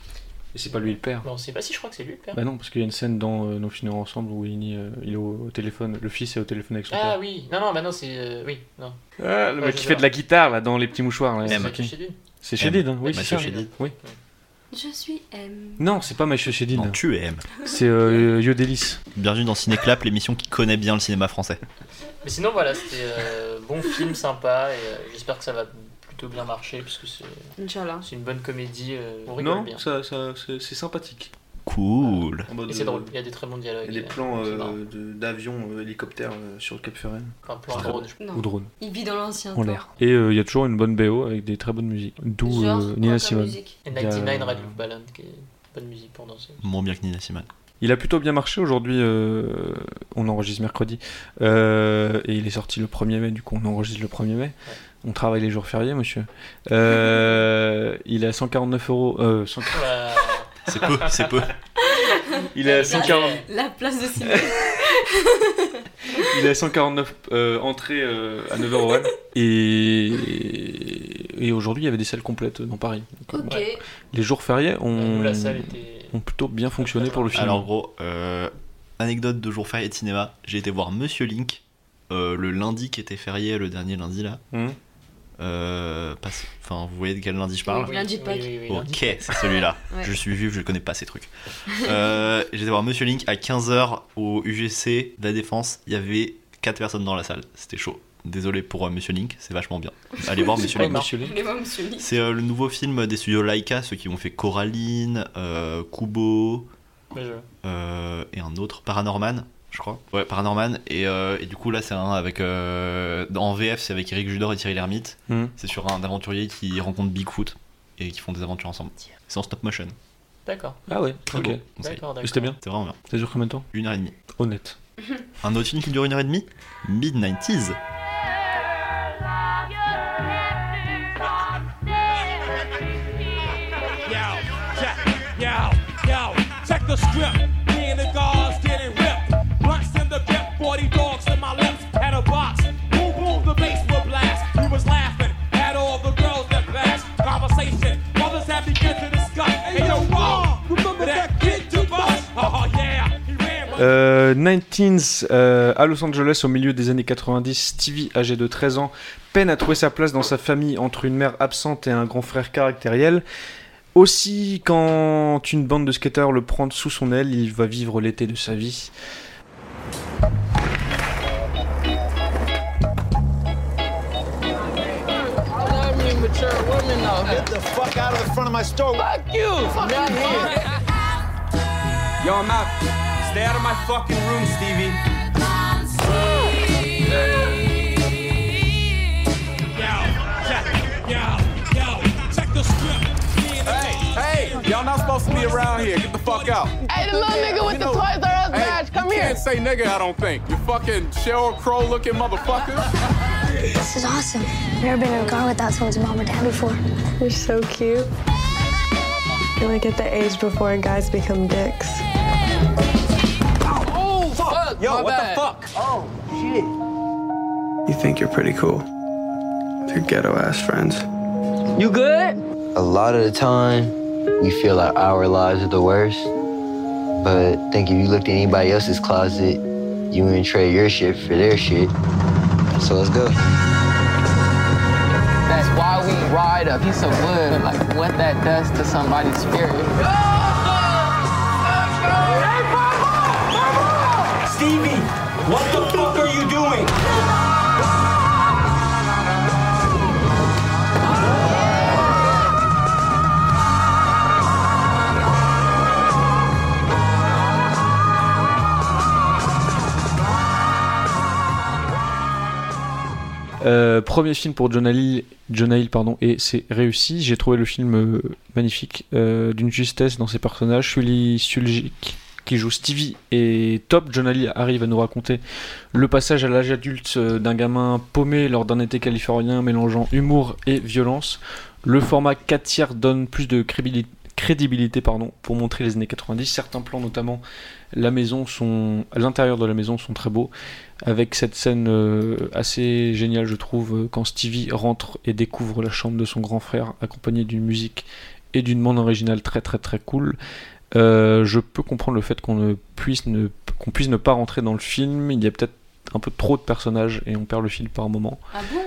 A: Et c'est pas lui le père.
C: Bah, on sait pas si je crois que c'est lui le père.
A: Bah non, parce qu'il y a une scène dans euh, Nos finirons ensemble où il, euh, il est au, au téléphone, le fils est au téléphone avec son
C: Ah oui, non, non, bah non, c'est. euh, oui, non.
A: père. Ah, le
C: Ouais,
A: mec
C: je
A: qui
C: sais
A: fait
C: pas.
A: de la guitare là dans les petits mouchoirs. là.
C: C'est
D: M.
C: Mathieu Chédid.
A: C'est Chédid, hein, oui, c'est
D: Mathieu
A: ça.
D: Chédid.
A: Oui.
B: Je suis M.
A: Non, c'est pas Mathieu Chédid.
D: Non, tu aimes.
A: C'est euh, Yodelis.
D: Bienvenue dans Cinéclap, l'émission qui connaît bien le cinéma français.
C: Mais sinon, voilà, c'était euh, bon film, sympa, et euh, j'espère que ça va plutôt bien marcher, puisque c'est
B: Inch'Allah.
C: c'est une bonne comédie, euh, on rigole
A: Non,
C: bien.
A: ça, ça- c'est c'est sympathique.
D: Cool.
A: En mode,
C: Et c'est
A: euh,
C: drôle, il y a des très bons dialogues.
A: il y a
C: euh,
A: des plans
C: c'est marrant.
A: euh, de- d'avion, euh, hélicoptère euh, sur le Cap Ferret.
C: Enfin, plan drone, je
B: Non.
A: Ou drone,
B: Il vit dans l'ancien
A: en
B: temps.
A: l'air. Et euh, il y a toujours une bonne BO avec des très bonnes musiques. D'où
B: Genre,
A: euh,
B: quoi
A: Nina
B: comme
A: Simone.
B: musique
C: Et 99
A: Euh,
C: Red Luke Ballon, qui est bonne musique pour danser.
D: Moins bien que Nina Simone.
A: Il a plutôt bien marché aujourd'hui. euh, on enregistre mercredi. Euh, et il est sorti le 1er mai, du coup on enregistre le 1er mai. On travaille les jours fériés, monsieur. Euh, il est à 149 euros. euh, 100
C: Voilà.
D: C'est peu, c'est peu.
A: Il est à 140.
B: La place de Simone.
A: Il est à 149 euh, entrées euh, à 9h01. Et, et aujourd'hui, il y avait des salles complètes dans Paris. Donc,
B: ok.
A: euh, Les jours fériés
C: Bah,
A: ont,
C: nous, la salle était.
A: ont plutôt bien fonctionné pour le film.
D: Alors, en gros, euh, anecdote de jour férié de cinéma, j'ai été voir Monsieur Link euh, le lundi qui était férié, le dernier lundi là.
A: Mhm.
D: Euh, pas- Enfin, vous voyez de quel lundi je parle
C: Oui,
B: Lundi de
C: oui,
B: Pâques.
C: oui, oui,
D: Ok,
C: lundi.
D: c'est celui-là.
B: Ouais.
D: Je suis juif, je connais pas ces trucs. Euh, J'étais voir Monsieur Link à 15h au UGC de la Défense. Il y avait 4 personnes dans la salle. C'était chaud. Désolé pour euh, Monsieur Link, c'est vachement bien. Allez voir Monsieur
A: Ouais,
D: Link.
A: monsieur Link.
B: Les mêmes celui.
D: C'est euh, le nouveau film des studios Laika, ceux qui ont fait Coraline, euh, Kubo
C: Mais je-
D: euh, et un autre, Paranorman, je crois. Ouais, Paranorman. Et, euh, et du coup, là, c'est un avec. euh, en VF, c'est avec Eric Judor et Thierry Lhermitte.
A: Hmm.
D: C'est sur un aventurier qui rencontre Bigfoot et qui font des aventures ensemble. C'est en stop motion.
C: D'accord,
A: Ah ouais,
D: Très
A: ok.
D: beau, conseil.
C: d'accord, d'accord.
A: C'était bien.
D: C'est vraiment bien.
A: Ça dure combien de temps
D: Une heure et demie.
A: Honnête.
D: Un autre film qui dure une heure et demie Mid-90s.
L: yo, check, yo, yo, check the script. Me and the guards getting ripped. Blunts in the grip, 40 dogs in my lips, had a box. Boom, boom, the bass would blast. We was laughing at all the girls that passed. Conversation, mothers have begun to discuss. Hey, yo, Raw, remember that kid to bust? Oh, yeah.
A: Euh, 19s euh, à Los Angeles au milieu des années 90, Stevie, âgé de 13 ans, peine à trouver sa place dans sa famille entre une mère absente et un grand frère caractériel. Aussi, quand une bande de skateurs le prend sous son aile, il va vivre l'été de sa vie.
M: Get the fuck out of the front of my store. Fuck you. Fuck
N: Not here. Yo, I'm out. Stay out of my fucking room, Stevie.
L: Hey,
N: hey, y'all not supposed to be around here. Get the fuck out.
O: Hey, the little nigga with the Toys R Us badge, come
N: you
O: here.
N: Can't say nigga, I don't think. You fucking Cheryl Crow looking motherfucker.
P: This is awesome. I've never been in a car without someone's mom or dad before. You're so cute.
Q: You're like at the age before guys become dicks.
O: Oh, fuck.
N: Yo,
O: my
N: what
O: bad.
N: the fuck?
O: Oh, shit.
R: You think you're pretty cool. With your ghetto ass friends.
O: You good?
S: A lot of the time, we feel like our lives are the worst. But I think if you looked in anybody else's closet, you wouldn't trade your shit for their shit. So let's go.
O: That's why we ride a piece of wood, like what that does to somebody's spirit.
G: Stevie, what the fuck are you doing?
A: Euh, premier film pour John Hill, John Hill, pardon, et c'est réussi. J'ai trouvé le film euh, magnifique, euh, d'une justesse dans ses personnages. Sully Suljic, qui joue Stevie, est top. John Hill arrive à nous raconter le passage à l'âge adulte euh, d'un gamin paumé lors d'un été californien mélangeant humour et violence. Le format 4 tiers donne plus de crédibili- crédibilité pardon, pour montrer les années 90. Certains plans, notamment la maison, sont, à l'intérieur de la maison, sont très beaux avec cette scène euh, assez géniale, je trouve, euh, quand Stevie rentre et découvre la chambre de son grand frère, accompagnée d'une musique et d'une bande originale très très très cool. Euh, je peux comprendre le fait qu'on ne puisse ne qu'on puisse ne pas rentrer dans le film. Il y a peut-être un peu trop de personnages et on perd le fil par moment.
B: Ah bon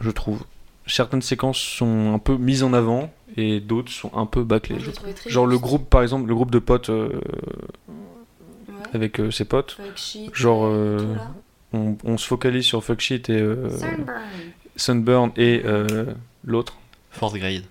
A: Je trouve. Certaines séquences sont un peu mises en avant et d'autres sont un peu bâclées.
B: Moi, je
A: je
B: l'ai trouvé
A: trouve.
B: très
A: Genre le
B: juste.
A: groupe, par exemple, le groupe de potes euh, avec euh, ses potes.
B: Fuck shit,
A: Genre, euh,
B: tout là.
A: on, on se focalise sur fuck shit et euh,
B: Sunburn.
A: Sunburn et euh, l'autre.
D: Fourth grade.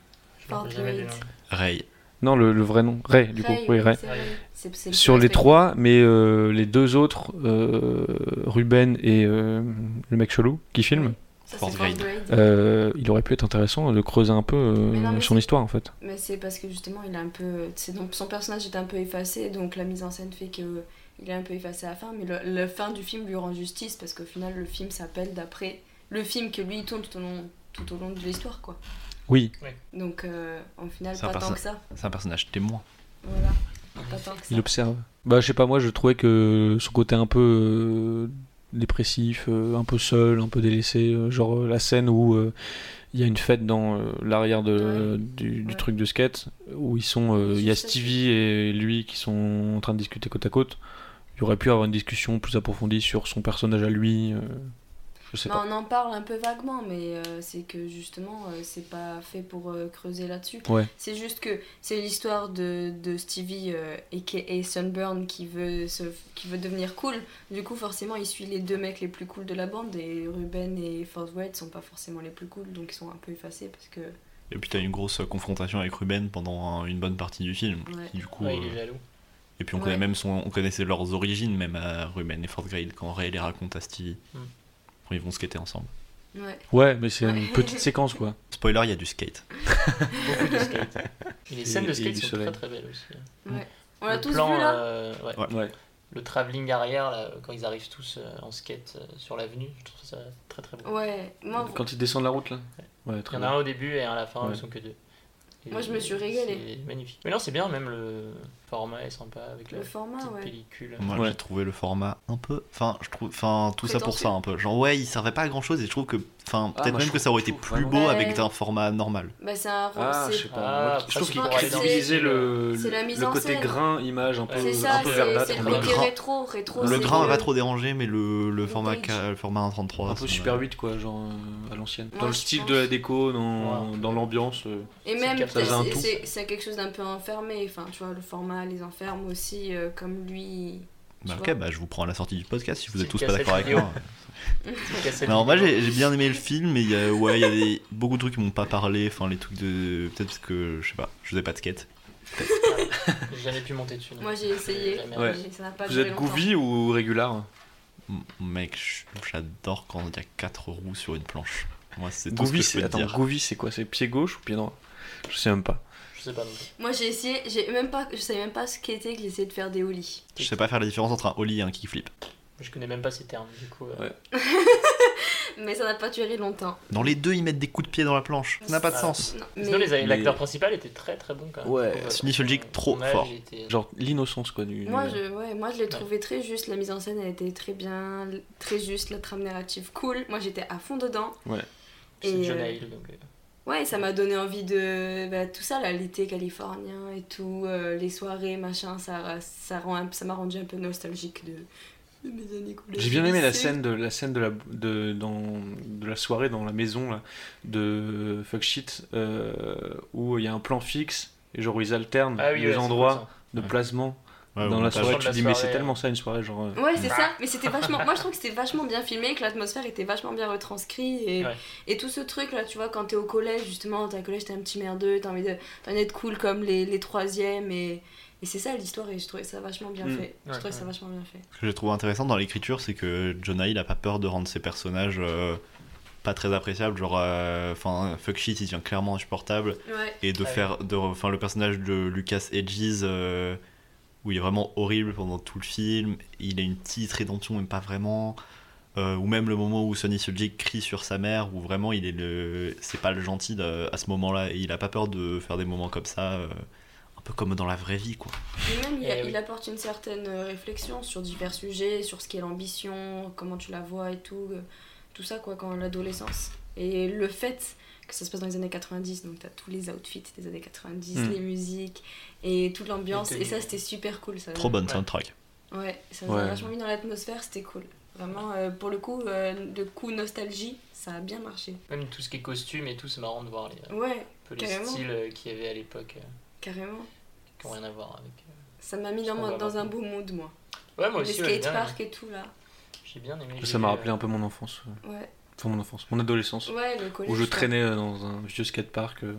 B: Fourth grade.
D: Ray.
A: Non, le, le vrai nom. Ray, du
B: Ray,
A: coup. Oui, Ray.
B: c'est vrai. C'est- c'est le
A: Sur les
B: respect.
A: trois, mais euh, les deux autres, euh, Ruben et euh, le mec chelou qui filme,
B: Ça, c'est Fourth Fourth grade. grade.
A: euh, il aurait pu être intéressant de creuser un peu euh,
B: Mais non, mais
A: son
B: c'est-
A: histoire en fait.
B: Mais c'est parce que justement, il a un peu. c'est donc son personnage est un peu effacé, donc la mise en scène fait que euh, il est un peu effacé à la fin. Mais le- la fin du film lui rend justice parce qu'au final, le film s'appelle d'après le film que lui il tourne tout au long, tout au long de l'histoire, quoi.
A: Oui.
B: Donc euh, en final,
D: C'est un,
B: pas tant
D: perso-
B: que ça.
D: c'est un personnage témoin.
B: Voilà. Pas tant que ça.
A: Ah, Il observe. Bah, je sais pas, moi je trouvais que son côté un peu euh, dépressif, euh, un peu seul, un peu délaissé, euh, genre euh, la scène où euh, il y a une fête dans euh, l'arrière de, du, du truc de skate, où ils sont, euh, il y a Stevie et lui qui sont en train de discuter côte à côte. Il y aurait pu avoir une discussion plus approfondie sur son personnage à lui. euh, je sais
B: Bah,
A: pas.
B: on en parle un peu vaguement, mais euh, c'est que justement, euh, c'est pas fait pour euh, creuser là-dessus.
A: Ouais.
B: C'est juste que c'est l'histoire de, de Stevie euh, aka Sunburn qui veut, se, qui veut devenir cool. Du coup, forcément, il suit les deux mecs les plus cools de la bande et Ruben et Forthwright sont pas forcément les plus cools, donc ils sont un peu effacés parce que.
D: Et puis t'as une grosse confrontation avec Ruben pendant un- une bonne partie du film.
B: Ouais.
D: qui, du coup,
C: Ouais, il est
D: euh,
C: jaloux.
D: Et puis on
B: Ouais.
D: connaît même son, on connaissait leurs origines même à Ruben et Fort Grade quand Ray les raconte à Stevie.
C: Hmm.
D: Quand ils vont skater ensemble.
B: Ouais.
A: Ouais, mais c'est une petite séquence quoi.
D: Spoiler, il y a du skate.
C: Beaucoup de skate. Et les scènes
A: Et-
C: de
A: et
C: skate
A: du
C: sont
A: soleil.
C: très très belles aussi. hein.
B: Ouais. On l'a
C: Le
B: tous
C: plan,
B: vu là
C: euh, ouais.
A: Ouais.
C: Le travelling arrière, là, quand ils arrivent tous euh, en skate euh, sur l'avenue, je trouve ça très très beau.
B: Ouais, moi.
A: Quand ils descendent la route là. Ouais,
C: Il y
A: très
C: en a
A: bien.
C: un au début et un à la fin,
A: Ouais.
C: ils sont que deux.
B: Moi, je me suis régalée.
C: C'est magnifique. Mais non, c'est bien, même le format est sympa avec
B: Le
C: la
B: format,
C: petite
B: ouais.
C: pellicule.
D: Moi, j'ai trouvé le format un peu. Enfin, je trouve. Enfin, tout ça pour
C: Prétentieux.
D: ça un peu. Genre, ouais, il servait pas à grand chose et je trouve que. Enfin,
A: Ah,
D: peut-être
A: moi,
D: même
A: je
D: que ça aurait été
A: trouve- je trouve
D: plus
A: vraiment-
D: beau avec un format normal.
B: Bah, c'est un
A: Ah,
B: c'est-
A: je sais pas.
C: Ah,
A: je trouve qu'il
B: franchement, c'est-
A: crédibilisait le,
B: c'est la mise
A: le
B: en
A: côté
B: scène.
A: grain, image un peu,
B: C'est
A: un
B: ça,
A: peu
B: c'est-
A: verdâtre.
B: c'est le
A: Le
B: côté
A: grain-
B: rétro, rétro.
D: le
B: c'est
D: grain m'a pas
B: vieux.
D: trop dérangé, mais le, le format, ca- le format 1.33.
A: un peu
D: ça
A: Super
D: m'a-
A: 8, quoi, genre euh, à l'ancienne.
B: Moi,
A: Dans le
B: je
A: style
B: pense.
A: de la déco, dans, dans l'ambiance. euh,
B: Et même,
A: ça faisait un
B: c'est-
A: tout.
B: c'est c'est quelque chose d'un peu enfermé. Enfin, tu vois, le format les enferme aussi, euh, comme lui. tu
D: Bah,
B: vois.
D: ok, bah, je vous prends à la sortie du podcast si vous
C: C'est
D: êtes tous
C: une
D: pas d'accord
C: cassette
D: avec moi.
C: Cassette
D: Non, moi
C: vidéo.
D: j'ai j'ai bien aimé le film, mais il y a, ouais, il y a des- beaucoup de trucs qui m'ont pas parlé. Enfin, les trucs de. Peut-être parce que je sais pas, je faisais pas de skate.
C: J'ai jamais pu monter dessus. non.
B: Moi, j'ai essayé.
C: jamais
A: Ouais.
B: mais Ça n'a pas hein.
A: Vous
B: duré
A: êtes
B: longtemps.
A: goofy ou régular
D: M- Mec, j- j'adore quand il y a 4 roues sur une planche. Moi, c'est tout
A: Goofy,
D: ce que
A: c'est
D: je peux te
A: attends,
D: dire.
A: Goofy, c'est quoi C'est pied gauche ou pied droit Je sais même pas.
C: Je sais pas non plus.
B: Moi, j'ai essayé. J'ai même pas. Je savais même pas ce qu'était que j'essayais de faire des ollies.
D: Je sais pas faire la différence entre un ollie et un kickflip.
C: Je connais même pas ces termes, du coup. euh,
B: Mais ça n'a pas duré longtemps.
D: Dans les deux, ils mettent des coups de pied dans la planche. Ça n'a pas de sens.
C: Sinon, les-
D: Mais-
C: l'acteur principal était très très bon quand même.
A: Ouais,
C: Je trouve, euh,
D: Smith Ulrich, trop
C: tournage,
D: fort.
C: il était- euh,
A: Genre l'innocence, quoi, du.
B: Moi, je, ouais, moi, je l'ai trouvé très juste. La mise en scène, elle était très bien, très juste. La trame narrative, cool. Moi, j'étais à fond dedans.
A: Ouais.
C: C'est
B: Et,
C: John
B: euh,
C: Hill, donc. euh,
B: Ouais, ça m'a donné envie de bah, tout ça, là, l'été californien et tout, euh, les soirées, machin, ça, ça, rend un- ça m'a rendu un peu nostalgique de, de mes années collège.
A: J'ai bien aimé la
B: lycée.
A: scène de la scène de la de, dans, de la soirée dans la maison là, de fuck shit euh, où il y a un plan fixe et genre ils alternent
C: Ah oui,
A: les
C: ouais, c'est
A: endroits de
C: cool,
D: Ouais.
A: placement dans
D: Ouais, au
A: la
D: montage.
A: soirée.
C: Sur
A: Tu
C: la
A: dis mais c'est
C: soirée,
A: tellement ça une soirée genre. euh,
B: Ouais,
C: Bah.
B: c'est ça, mais c'était vachement. Moi, je trouve que c'était vachement bien filmé, que l'atmosphère était vachement bien retranscrite. Et,
C: Ouais.
B: et tout ce truc-là, tu vois, quand t'es au collège, justement, t'es au collège, t'es un petit merdeux, t'as envie de- t'as envie d'être cool comme les, les troisièmes. Et, et c'est ça l'histoire, et je trouvais ça vachement bien
D: Mm.
B: fait. je
C: Ouais,
B: trouvais ça
C: ouais.
B: vachement bien fait.
D: Ce que j'ai trouvé intéressant dans l'écriture, c'est que Jonah Hill a pas peur de rendre ses personnages euh, pas très appréciables. Genre, euh, enfin, fuck shit, il devient clairement insupportable.
B: Ouais.
D: Et de
C: Ah oui.
D: faire. de- Enfin, le personnage de Lucas Hedges, euh, où il est vraiment horrible pendant tout le film, il a une petite rédemption, même pas vraiment. Euh, ou même le moment où Sonny Suljic crie sur sa mère, où vraiment il est le. C'est pas le gentil de- à ce moment-là, et il a pas peur de faire des moments comme ça, euh, un peu comme dans la vraie vie, quoi.
B: Et même, il,
C: Eh
B: il
C: oui.
B: apporte une certaine euh, réflexion sur divers sujets, sur ce qu'est l'ambition, comment tu la vois et tout, euh, tout ça, quoi, quand l'adolescence. Et le fait que ça se passe dans les années 90, donc t'as tous les outfits des années 90,
D: Mm.
B: les musiques et toute l'ambiance,
C: Les
B: et
C: tenues.
B: ça, c'était super cool. Ça,
D: Trop bonne
C: Ouais.
D: soundtrack.
B: Ouais, ça nous
A: Ouais.
B: a vachement mis dans l'atmosphère, c'était cool. Vraiment, euh, pour le coup, euh, le coup nostalgie, ça a bien marché.
C: Même tout ce qui est costume et tout, c'est marrant de voir les, un
B: Ouais,
C: peu les
B: carrément.
C: styles euh, qu'il y avait à l'époque euh,
B: carrément.
C: qui n'ont rien à voir avec. euh,
B: Ça m'a mis
C: Je
B: dans,
C: comprends
B: moi-
C: pas
B: dans un beau
C: maintenant.
B: mood, moi.
C: Ouais, moi
B: les
C: aussi, ouais, j'ai bien aimé.
B: skateparks et tout, là.
C: J'ai bien aimé. j'ai
A: Ça m'a
C: vu,
A: rappelé
C: euh,
A: un peu mon enfance. euh,
B: Ouais,
A: Enfin mon enfance, mon adolescence.
B: ouais le collège.
A: où je
B: quoi.
A: traînais euh, dans un vieux skatepark euh,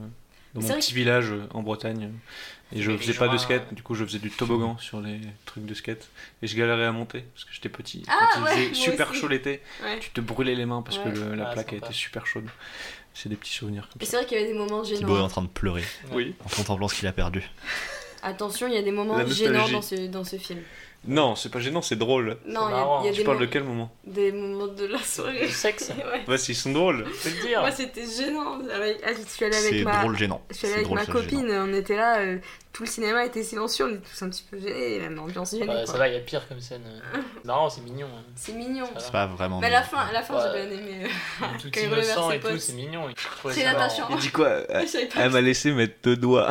A: dans
B: C'est
A: mon
B: vrai
A: petit
B: que-
A: village euh, en Bretagne euh, et je
C: Mais
A: faisais
C: les
A: pas de
C: gens,
A: skate
C: euh,
A: du coup je faisais du toboggan sur les trucs de skate et je galérais à monter parce que j'étais petit
B: Ah,
A: quand il
B: ouais,
A: faisait
B: moi
A: super
B: aussi.
A: chaud l'été
B: Ouais.
A: tu te brûlais les mains parce que
B: Ouais.
A: le- la
C: Ah,
A: plaque
C: sympa.
A: était super chaude c'est des petits souvenirs
B: Et
A: comme ça
B: c'est vrai qu'il y avait des moments
D: Thibaut est
B: gênants.
D: en train de pleurer
A: oui
D: en contemplant ce qu'il a perdu.
B: Attention, il y a des moments
A: La
B: gênants
A: nostalgie.
B: dans ce, dans ce film.
A: non c'est pas gênant c'est drôle
B: Non, il y a-
C: marrant,
B: il y a,
A: tu
B: des,
A: parles
B: mo-
A: de quel moment
B: des moments de la soirée.
C: Du sexe,
B: Ouais.
A: bah s'ils sont drôles
C: c'est le dire.
B: Moi, c'était gênant. Avec- ah, Je suis allée
D: C'est
B: avec ma,
D: drôle gênant.
B: je suis allée
D: C'est
B: avec
D: drôle
B: ma
D: ça, gênant.
B: copine, on était là, euh, tout le cinéma était silencieux, on était tous un petit peu gênés, même l'ambiance gênée.
C: Bah,
B: quoi.
C: ça va, il y a pire comme scène. euh. C'est marrant, c'est mignon. hein.
B: C'est mignon.
C: Ça
D: C'est pas vraiment.
B: Mais à la fin, à la fin
C: Ouais.
B: j'ai bien aimé. euh,
C: va. Tout
B: Quand il
C: innocent
B: reverse ses
C: et tout,
B: potes.
C: c'est mignon. Je trouvais
B: Très
C: ça marrant.
B: attachant.
A: il dit quoi
B: Je
A: euh,
B: savais pas
A: elle m'a laissé mettre deux doigts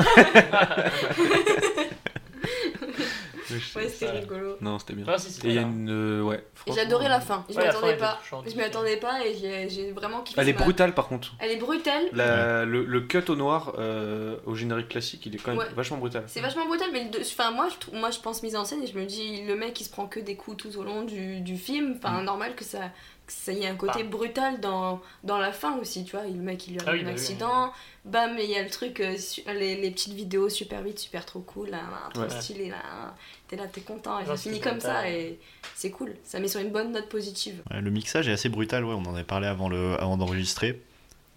B: Ouais, c'était rigolo.
A: non c'était bien
C: Ah, si, c'est
A: et il y a
C: bien.
A: une euh, ouais
B: Et
A: franchement,
B: j'adorais la fin. Je
C: Ouais,
B: m'y
C: la fin
B: attendais
C: était
B: pas.
C: touchante.
B: Je m'y attendais pas et j'ai j'ai vraiment kiffé.
A: elle
B: ça
A: est
B: m'a-
A: brutale par contre
B: Elle est brutale.
A: La- le, le cut au noir euh, au générique classique, il est quand même
B: Ouais.
A: vachement brutal.
B: C'est vachement brutal, mais de- enfin, moi, je, trouve- moi je pense mise en scène et je me dis, le mec il se prend que des coups tout au long du, du film. Enfin,
C: Mm.
B: normal que ça, que ça y ait un côté
C: Ah.
B: brutal dans, dans la fin aussi, tu vois. Le mec il lui
C: Ah
B: arrive
C: oui,
B: un
C: bah oui,
B: accident, bam, et il y a le truc, euh, su- les, les petites vidéos super vite, super trop cool, là, là, trop
A: Ouais.
B: stylé, là, là. T'es là, t'es content et
C: Non,
B: ça
C: c'était
B: finit comme ça
C: brutal.
B: et c'est cool. Ça met sur une bonne note positive.
D: Ouais, le mixage est assez brutal, ouais, on en avait parlé avant, le, avant d'enregistrer.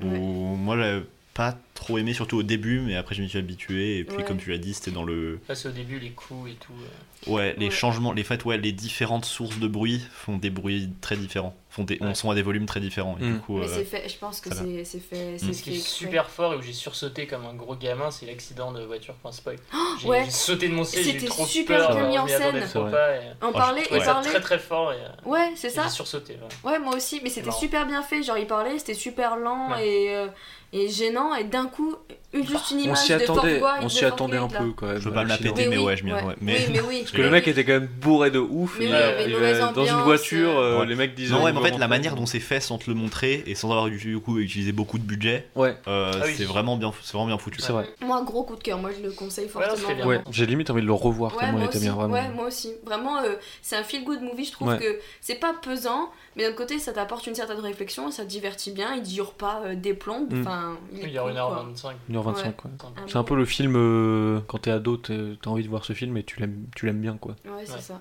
D: Où
B: Ouais.
D: Moi, j'avais pas trop aimé, surtout au début, mais après, je m'y suis habitué. Et puis,
B: Ouais.
D: comme tu l'as dit, c'était dans le.
C: Là, c'est au début, les coups et tout. euh.
D: Ouais, les
B: Ouais.
D: changements, les fait, ouais, les différentes sources de bruit font des bruits très différents. font des, on sont à des volumes très différents. Et
A: Mm.
D: du coup,
B: Mais
D: euh,
B: c'est fait, je pense que
D: ça va.
B: c'est c'est fait.
C: Ce qui est Mm. super fort et où j'ai sursauté comme un gros gamin, c'est l'accident de voiture. Enfin, spoil. J'ai
B: Oh, ouais.
C: j'ai sauté de mon siège, j'ai
B: C'était
C: eu trop
B: super
C: peur.
B: bien mis
C: je
B: en
C: m'y attendais
B: scène.
C: trop
B: C'est vrai.
C: pas, et-
B: En
C: Oh, je
B: parler,
C: trouvais
B: et
C: ça
B: parler.
C: Très très fort. Et, euh,
B: Ouais, c'est
C: et
B: ça.
C: J'ai sursauté. voilà.
B: Ouais, moi aussi, mais c'était
C: marrant.
B: super bien fait. Genre, il parlait, c'était super lent et, euh, et gênant, et d'un coup, une- juste une
A: Bah, on
B: image
A: s'y
B: de Fort
A: attendait,
B: Boy,
A: on
B: de
A: s'y
B: Fort
A: attendait un
B: Boyard, là.
A: peu quand même.
D: Je veux pas me la
A: sinon.
D: péter, mais,
B: Mais oui,
D: ouais, je m'y
B: ouais.
D: ouais.
B: Oui, mais oui.
D: Parce
A: Parce que le mec était quand même bourré de ouf.
B: Mais
A: il
B: oui, il y
A: a-
B: avait une
A: il a-
B: mauvaise
A: dans une
B: ambiance,
A: voiture, euh,
D: Ouais.
A: les mecs disaient.
D: Non, ouais, mais en
A: vraiment
D: fait, la manière dont c'est fait sans te le montrer et sans avoir du coup utilisé beaucoup de budget,
A: Ouais.
D: euh,
A: Ah oui.
D: c'est vraiment bien, c'est vraiment bien foutu.
A: C'est vrai.
B: Moi, gros coup de cœur, moi je le conseille fortement.
A: Ouais, j'ai limite envie de le revoir
B: Ouais,
A: tellement il
B: moi,
A: était
B: aussi.
A: bien vraiment.
B: ouais, moi aussi. Vraiment, euh, c'est un feel good movie. Je trouve
A: Ouais.
B: que c'est pas pesant, mais d'un côté, ça t'apporte une certaine réflexion, ça te divertit bien. Il dure pas euh, des plombes.
A: Mm.
B: Enfin, il est
C: Il y a
B: cool, quoi. Ah
C: 1h25.
A: 1h25
B: Ouais.
A: quoi.
B: Un
A: C'est un peu le film euh, quand t'es ado, t'es- t'as envie de voir ce film et tu l'aimes, tu l'aimes bien quoi.
B: Ouais, c'est ça.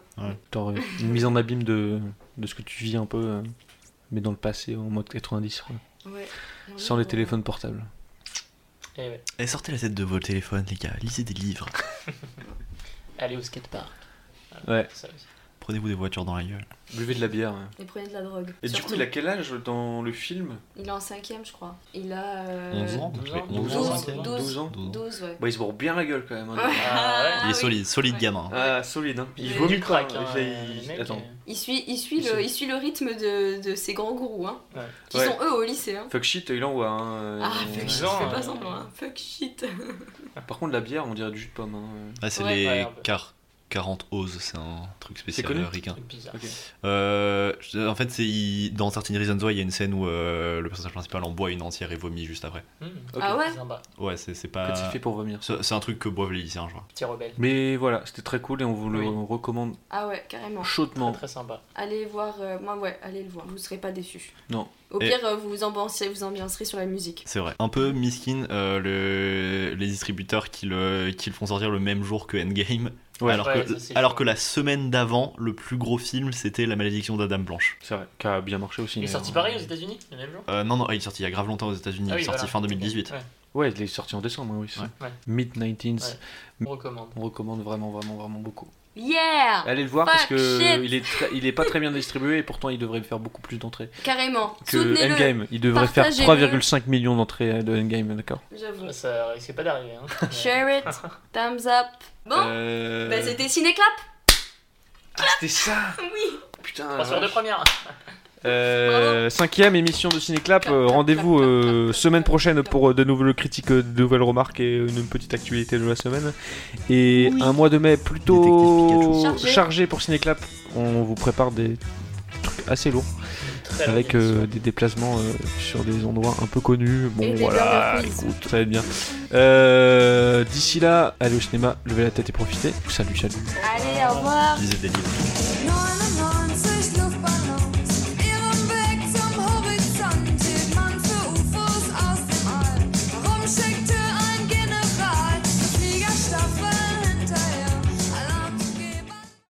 A: Genre, euh, une mise en abîme de, de ce que tu vis un peu, euh, mais dans le passé en mode 90
B: Ah
A: quoi.
B: Ouais.
A: Sans les téléphones portables.
C: Et Eh ouais.
D: Et sortez la tête de vos téléphones, les gars, lisez des livres,
C: Aller au skatepark. Voilà,
A: Ouais.
C: ça aussi.
D: prenez-vous des voitures dans la gueule.
A: Buvez de la bière.
B: Et prenez de la drogue. Surtout.
A: quel âge dans le film
B: Il est en cinquième, je crois. Il a. euh,
D: 11 ans,
C: douze
D: donc,
C: ans,
D: mais 11
B: douze,
D: ans, cinquième.
B: douze,
A: 12 ans.
B: douze, ouais.
A: Bah, il se bourre bien la gueule quand même. hein.
C: Ah
B: Ah
D: Il est solide, solide gamin.
A: Ah, solide, hein. Il
C: Il
A: vomit
C: du
A: pas,
C: crack,
A: hein.
C: hein,
A: Il fait- il-
C: le mec,
A: Attends.
B: Il suit, il suit, le, il suit le rythme de, de ces grands gourous, hein,
C: Ouais.
B: qui
A: Ouais.
B: sont eux au lycée. Hein.
A: Fuck shit, il envoie. Hein.
B: Ah,
A: Euh,
B: fuck shit,
C: ans,
B: fais
C: euh,
B: pas semblant, hein. fuck shit.
A: Par contre, la bière, on dirait du jus de pomme. hein.
D: Ah, c'est
B: Ouais.
D: les
B: Ouais, un peu.
D: car- 40 oses, c'est un truc spécial
A: connu
D: euh, ricain.
C: Bizarre.
A: Ok.
D: Euh, je- en fait, c'est il- dans Certain Reasons Why, il y a une scène où euh, le personnage principal en boit une entière et vomit juste après.
C: Hmm,
A: Ok.
B: Ah ouais
C: sympa.
D: Ouais, c'est c'est
A: En
D: pas.
A: fait, c'est fait pour vomir.
D: C'est c'est un truc que boivent les lycéens, je crois.
C: Petit rebelle.
A: Mais voilà, c'était très cool et on vous le
C: Oui.
A: recommande
B: Ah ouais, carrément.
A: chaudement.
C: Très sympa.
B: Allez voir, euh, moi ouais, allez le voir, vous serez pas déçus.
A: Non.
B: Au
D: Et-
B: pire, euh, vous vous ambiancerez, vous ambiancerez sur la musique.
D: C'est vrai. Un peu miskin, euh, le- les distributeurs qui le, qui le font sortir le même jour que Endgame.
A: Ouais.
D: alors
C: Ouais, ça,
D: que,
C: c'est
D: alors
C: chaud.
D: que la semaine d'avant, le plus gros film, c'était La malédiction d'Adam Blanche.
A: C'est vrai, qui a bien marché aussi.
C: Il est
A: mais,
C: sorti
A: euh,
C: pareil aux États-Unis le même jour
D: Euh, non, non, il est sorti il y a grave longtemps aux États-Unis.
C: Ah
D: il
C: oui,
D: est sorti
C: voilà.
D: fin 2018.
C: Ouais.
A: Ouais, il est sorti en décembre, hein, oui. c'est ça.
C: Ouais.
A: Mid-19s.
C: Ouais. On recommande.
A: On recommande vraiment, vraiment, vraiment beaucoup.
B: Yeah
A: Ah, Allez le voir
B: Fuck
A: parce que
B: shit
A: il est, très- il est pas très bien distribué et pourtant il devrait faire beaucoup plus d'entrées
B: Carrément,
A: que
B: soutenez-le.
A: Endgame. Il devrait faire
B: Partagez-le.
A: 3,5 millions d'entrées euh, de Endgame, d'accord
B: J'avoue.
C: Ouais, Ça risquait pas d'arriver. Hein.
B: Share it, thumbs up. Bon,
A: Euh,
B: bah c'était Cinéclap
A: ah, c'était ça
B: Oui
A: Putain
C: 3 sur 2 premières.
A: Euh, cinquième émission de Cinéclap. euh, Rendez-vous euh, semaine prochaine pour euh, de nouvelles critiques, euh, de nouvelles remarques et euh, une petite actualité de la semaine. Et un mois de mai plutôt
B: Détective Pikachu.
A: chargé pour Cinéclap. On vous prépare des trucs assez lourds
C: Très
A: avec
C: bien.
A: euh, des déplacements euh, sur des endroits un peu connus. Bon
B: Et des
A: voilà,
B: burger quiz.
A: écoute, ça va être bien. Euh, D'ici là, allez au cinéma, levez la tête et profitez. Salut, salut.
B: Allez, au revoir
D: Lisez des livres.
P: No, no.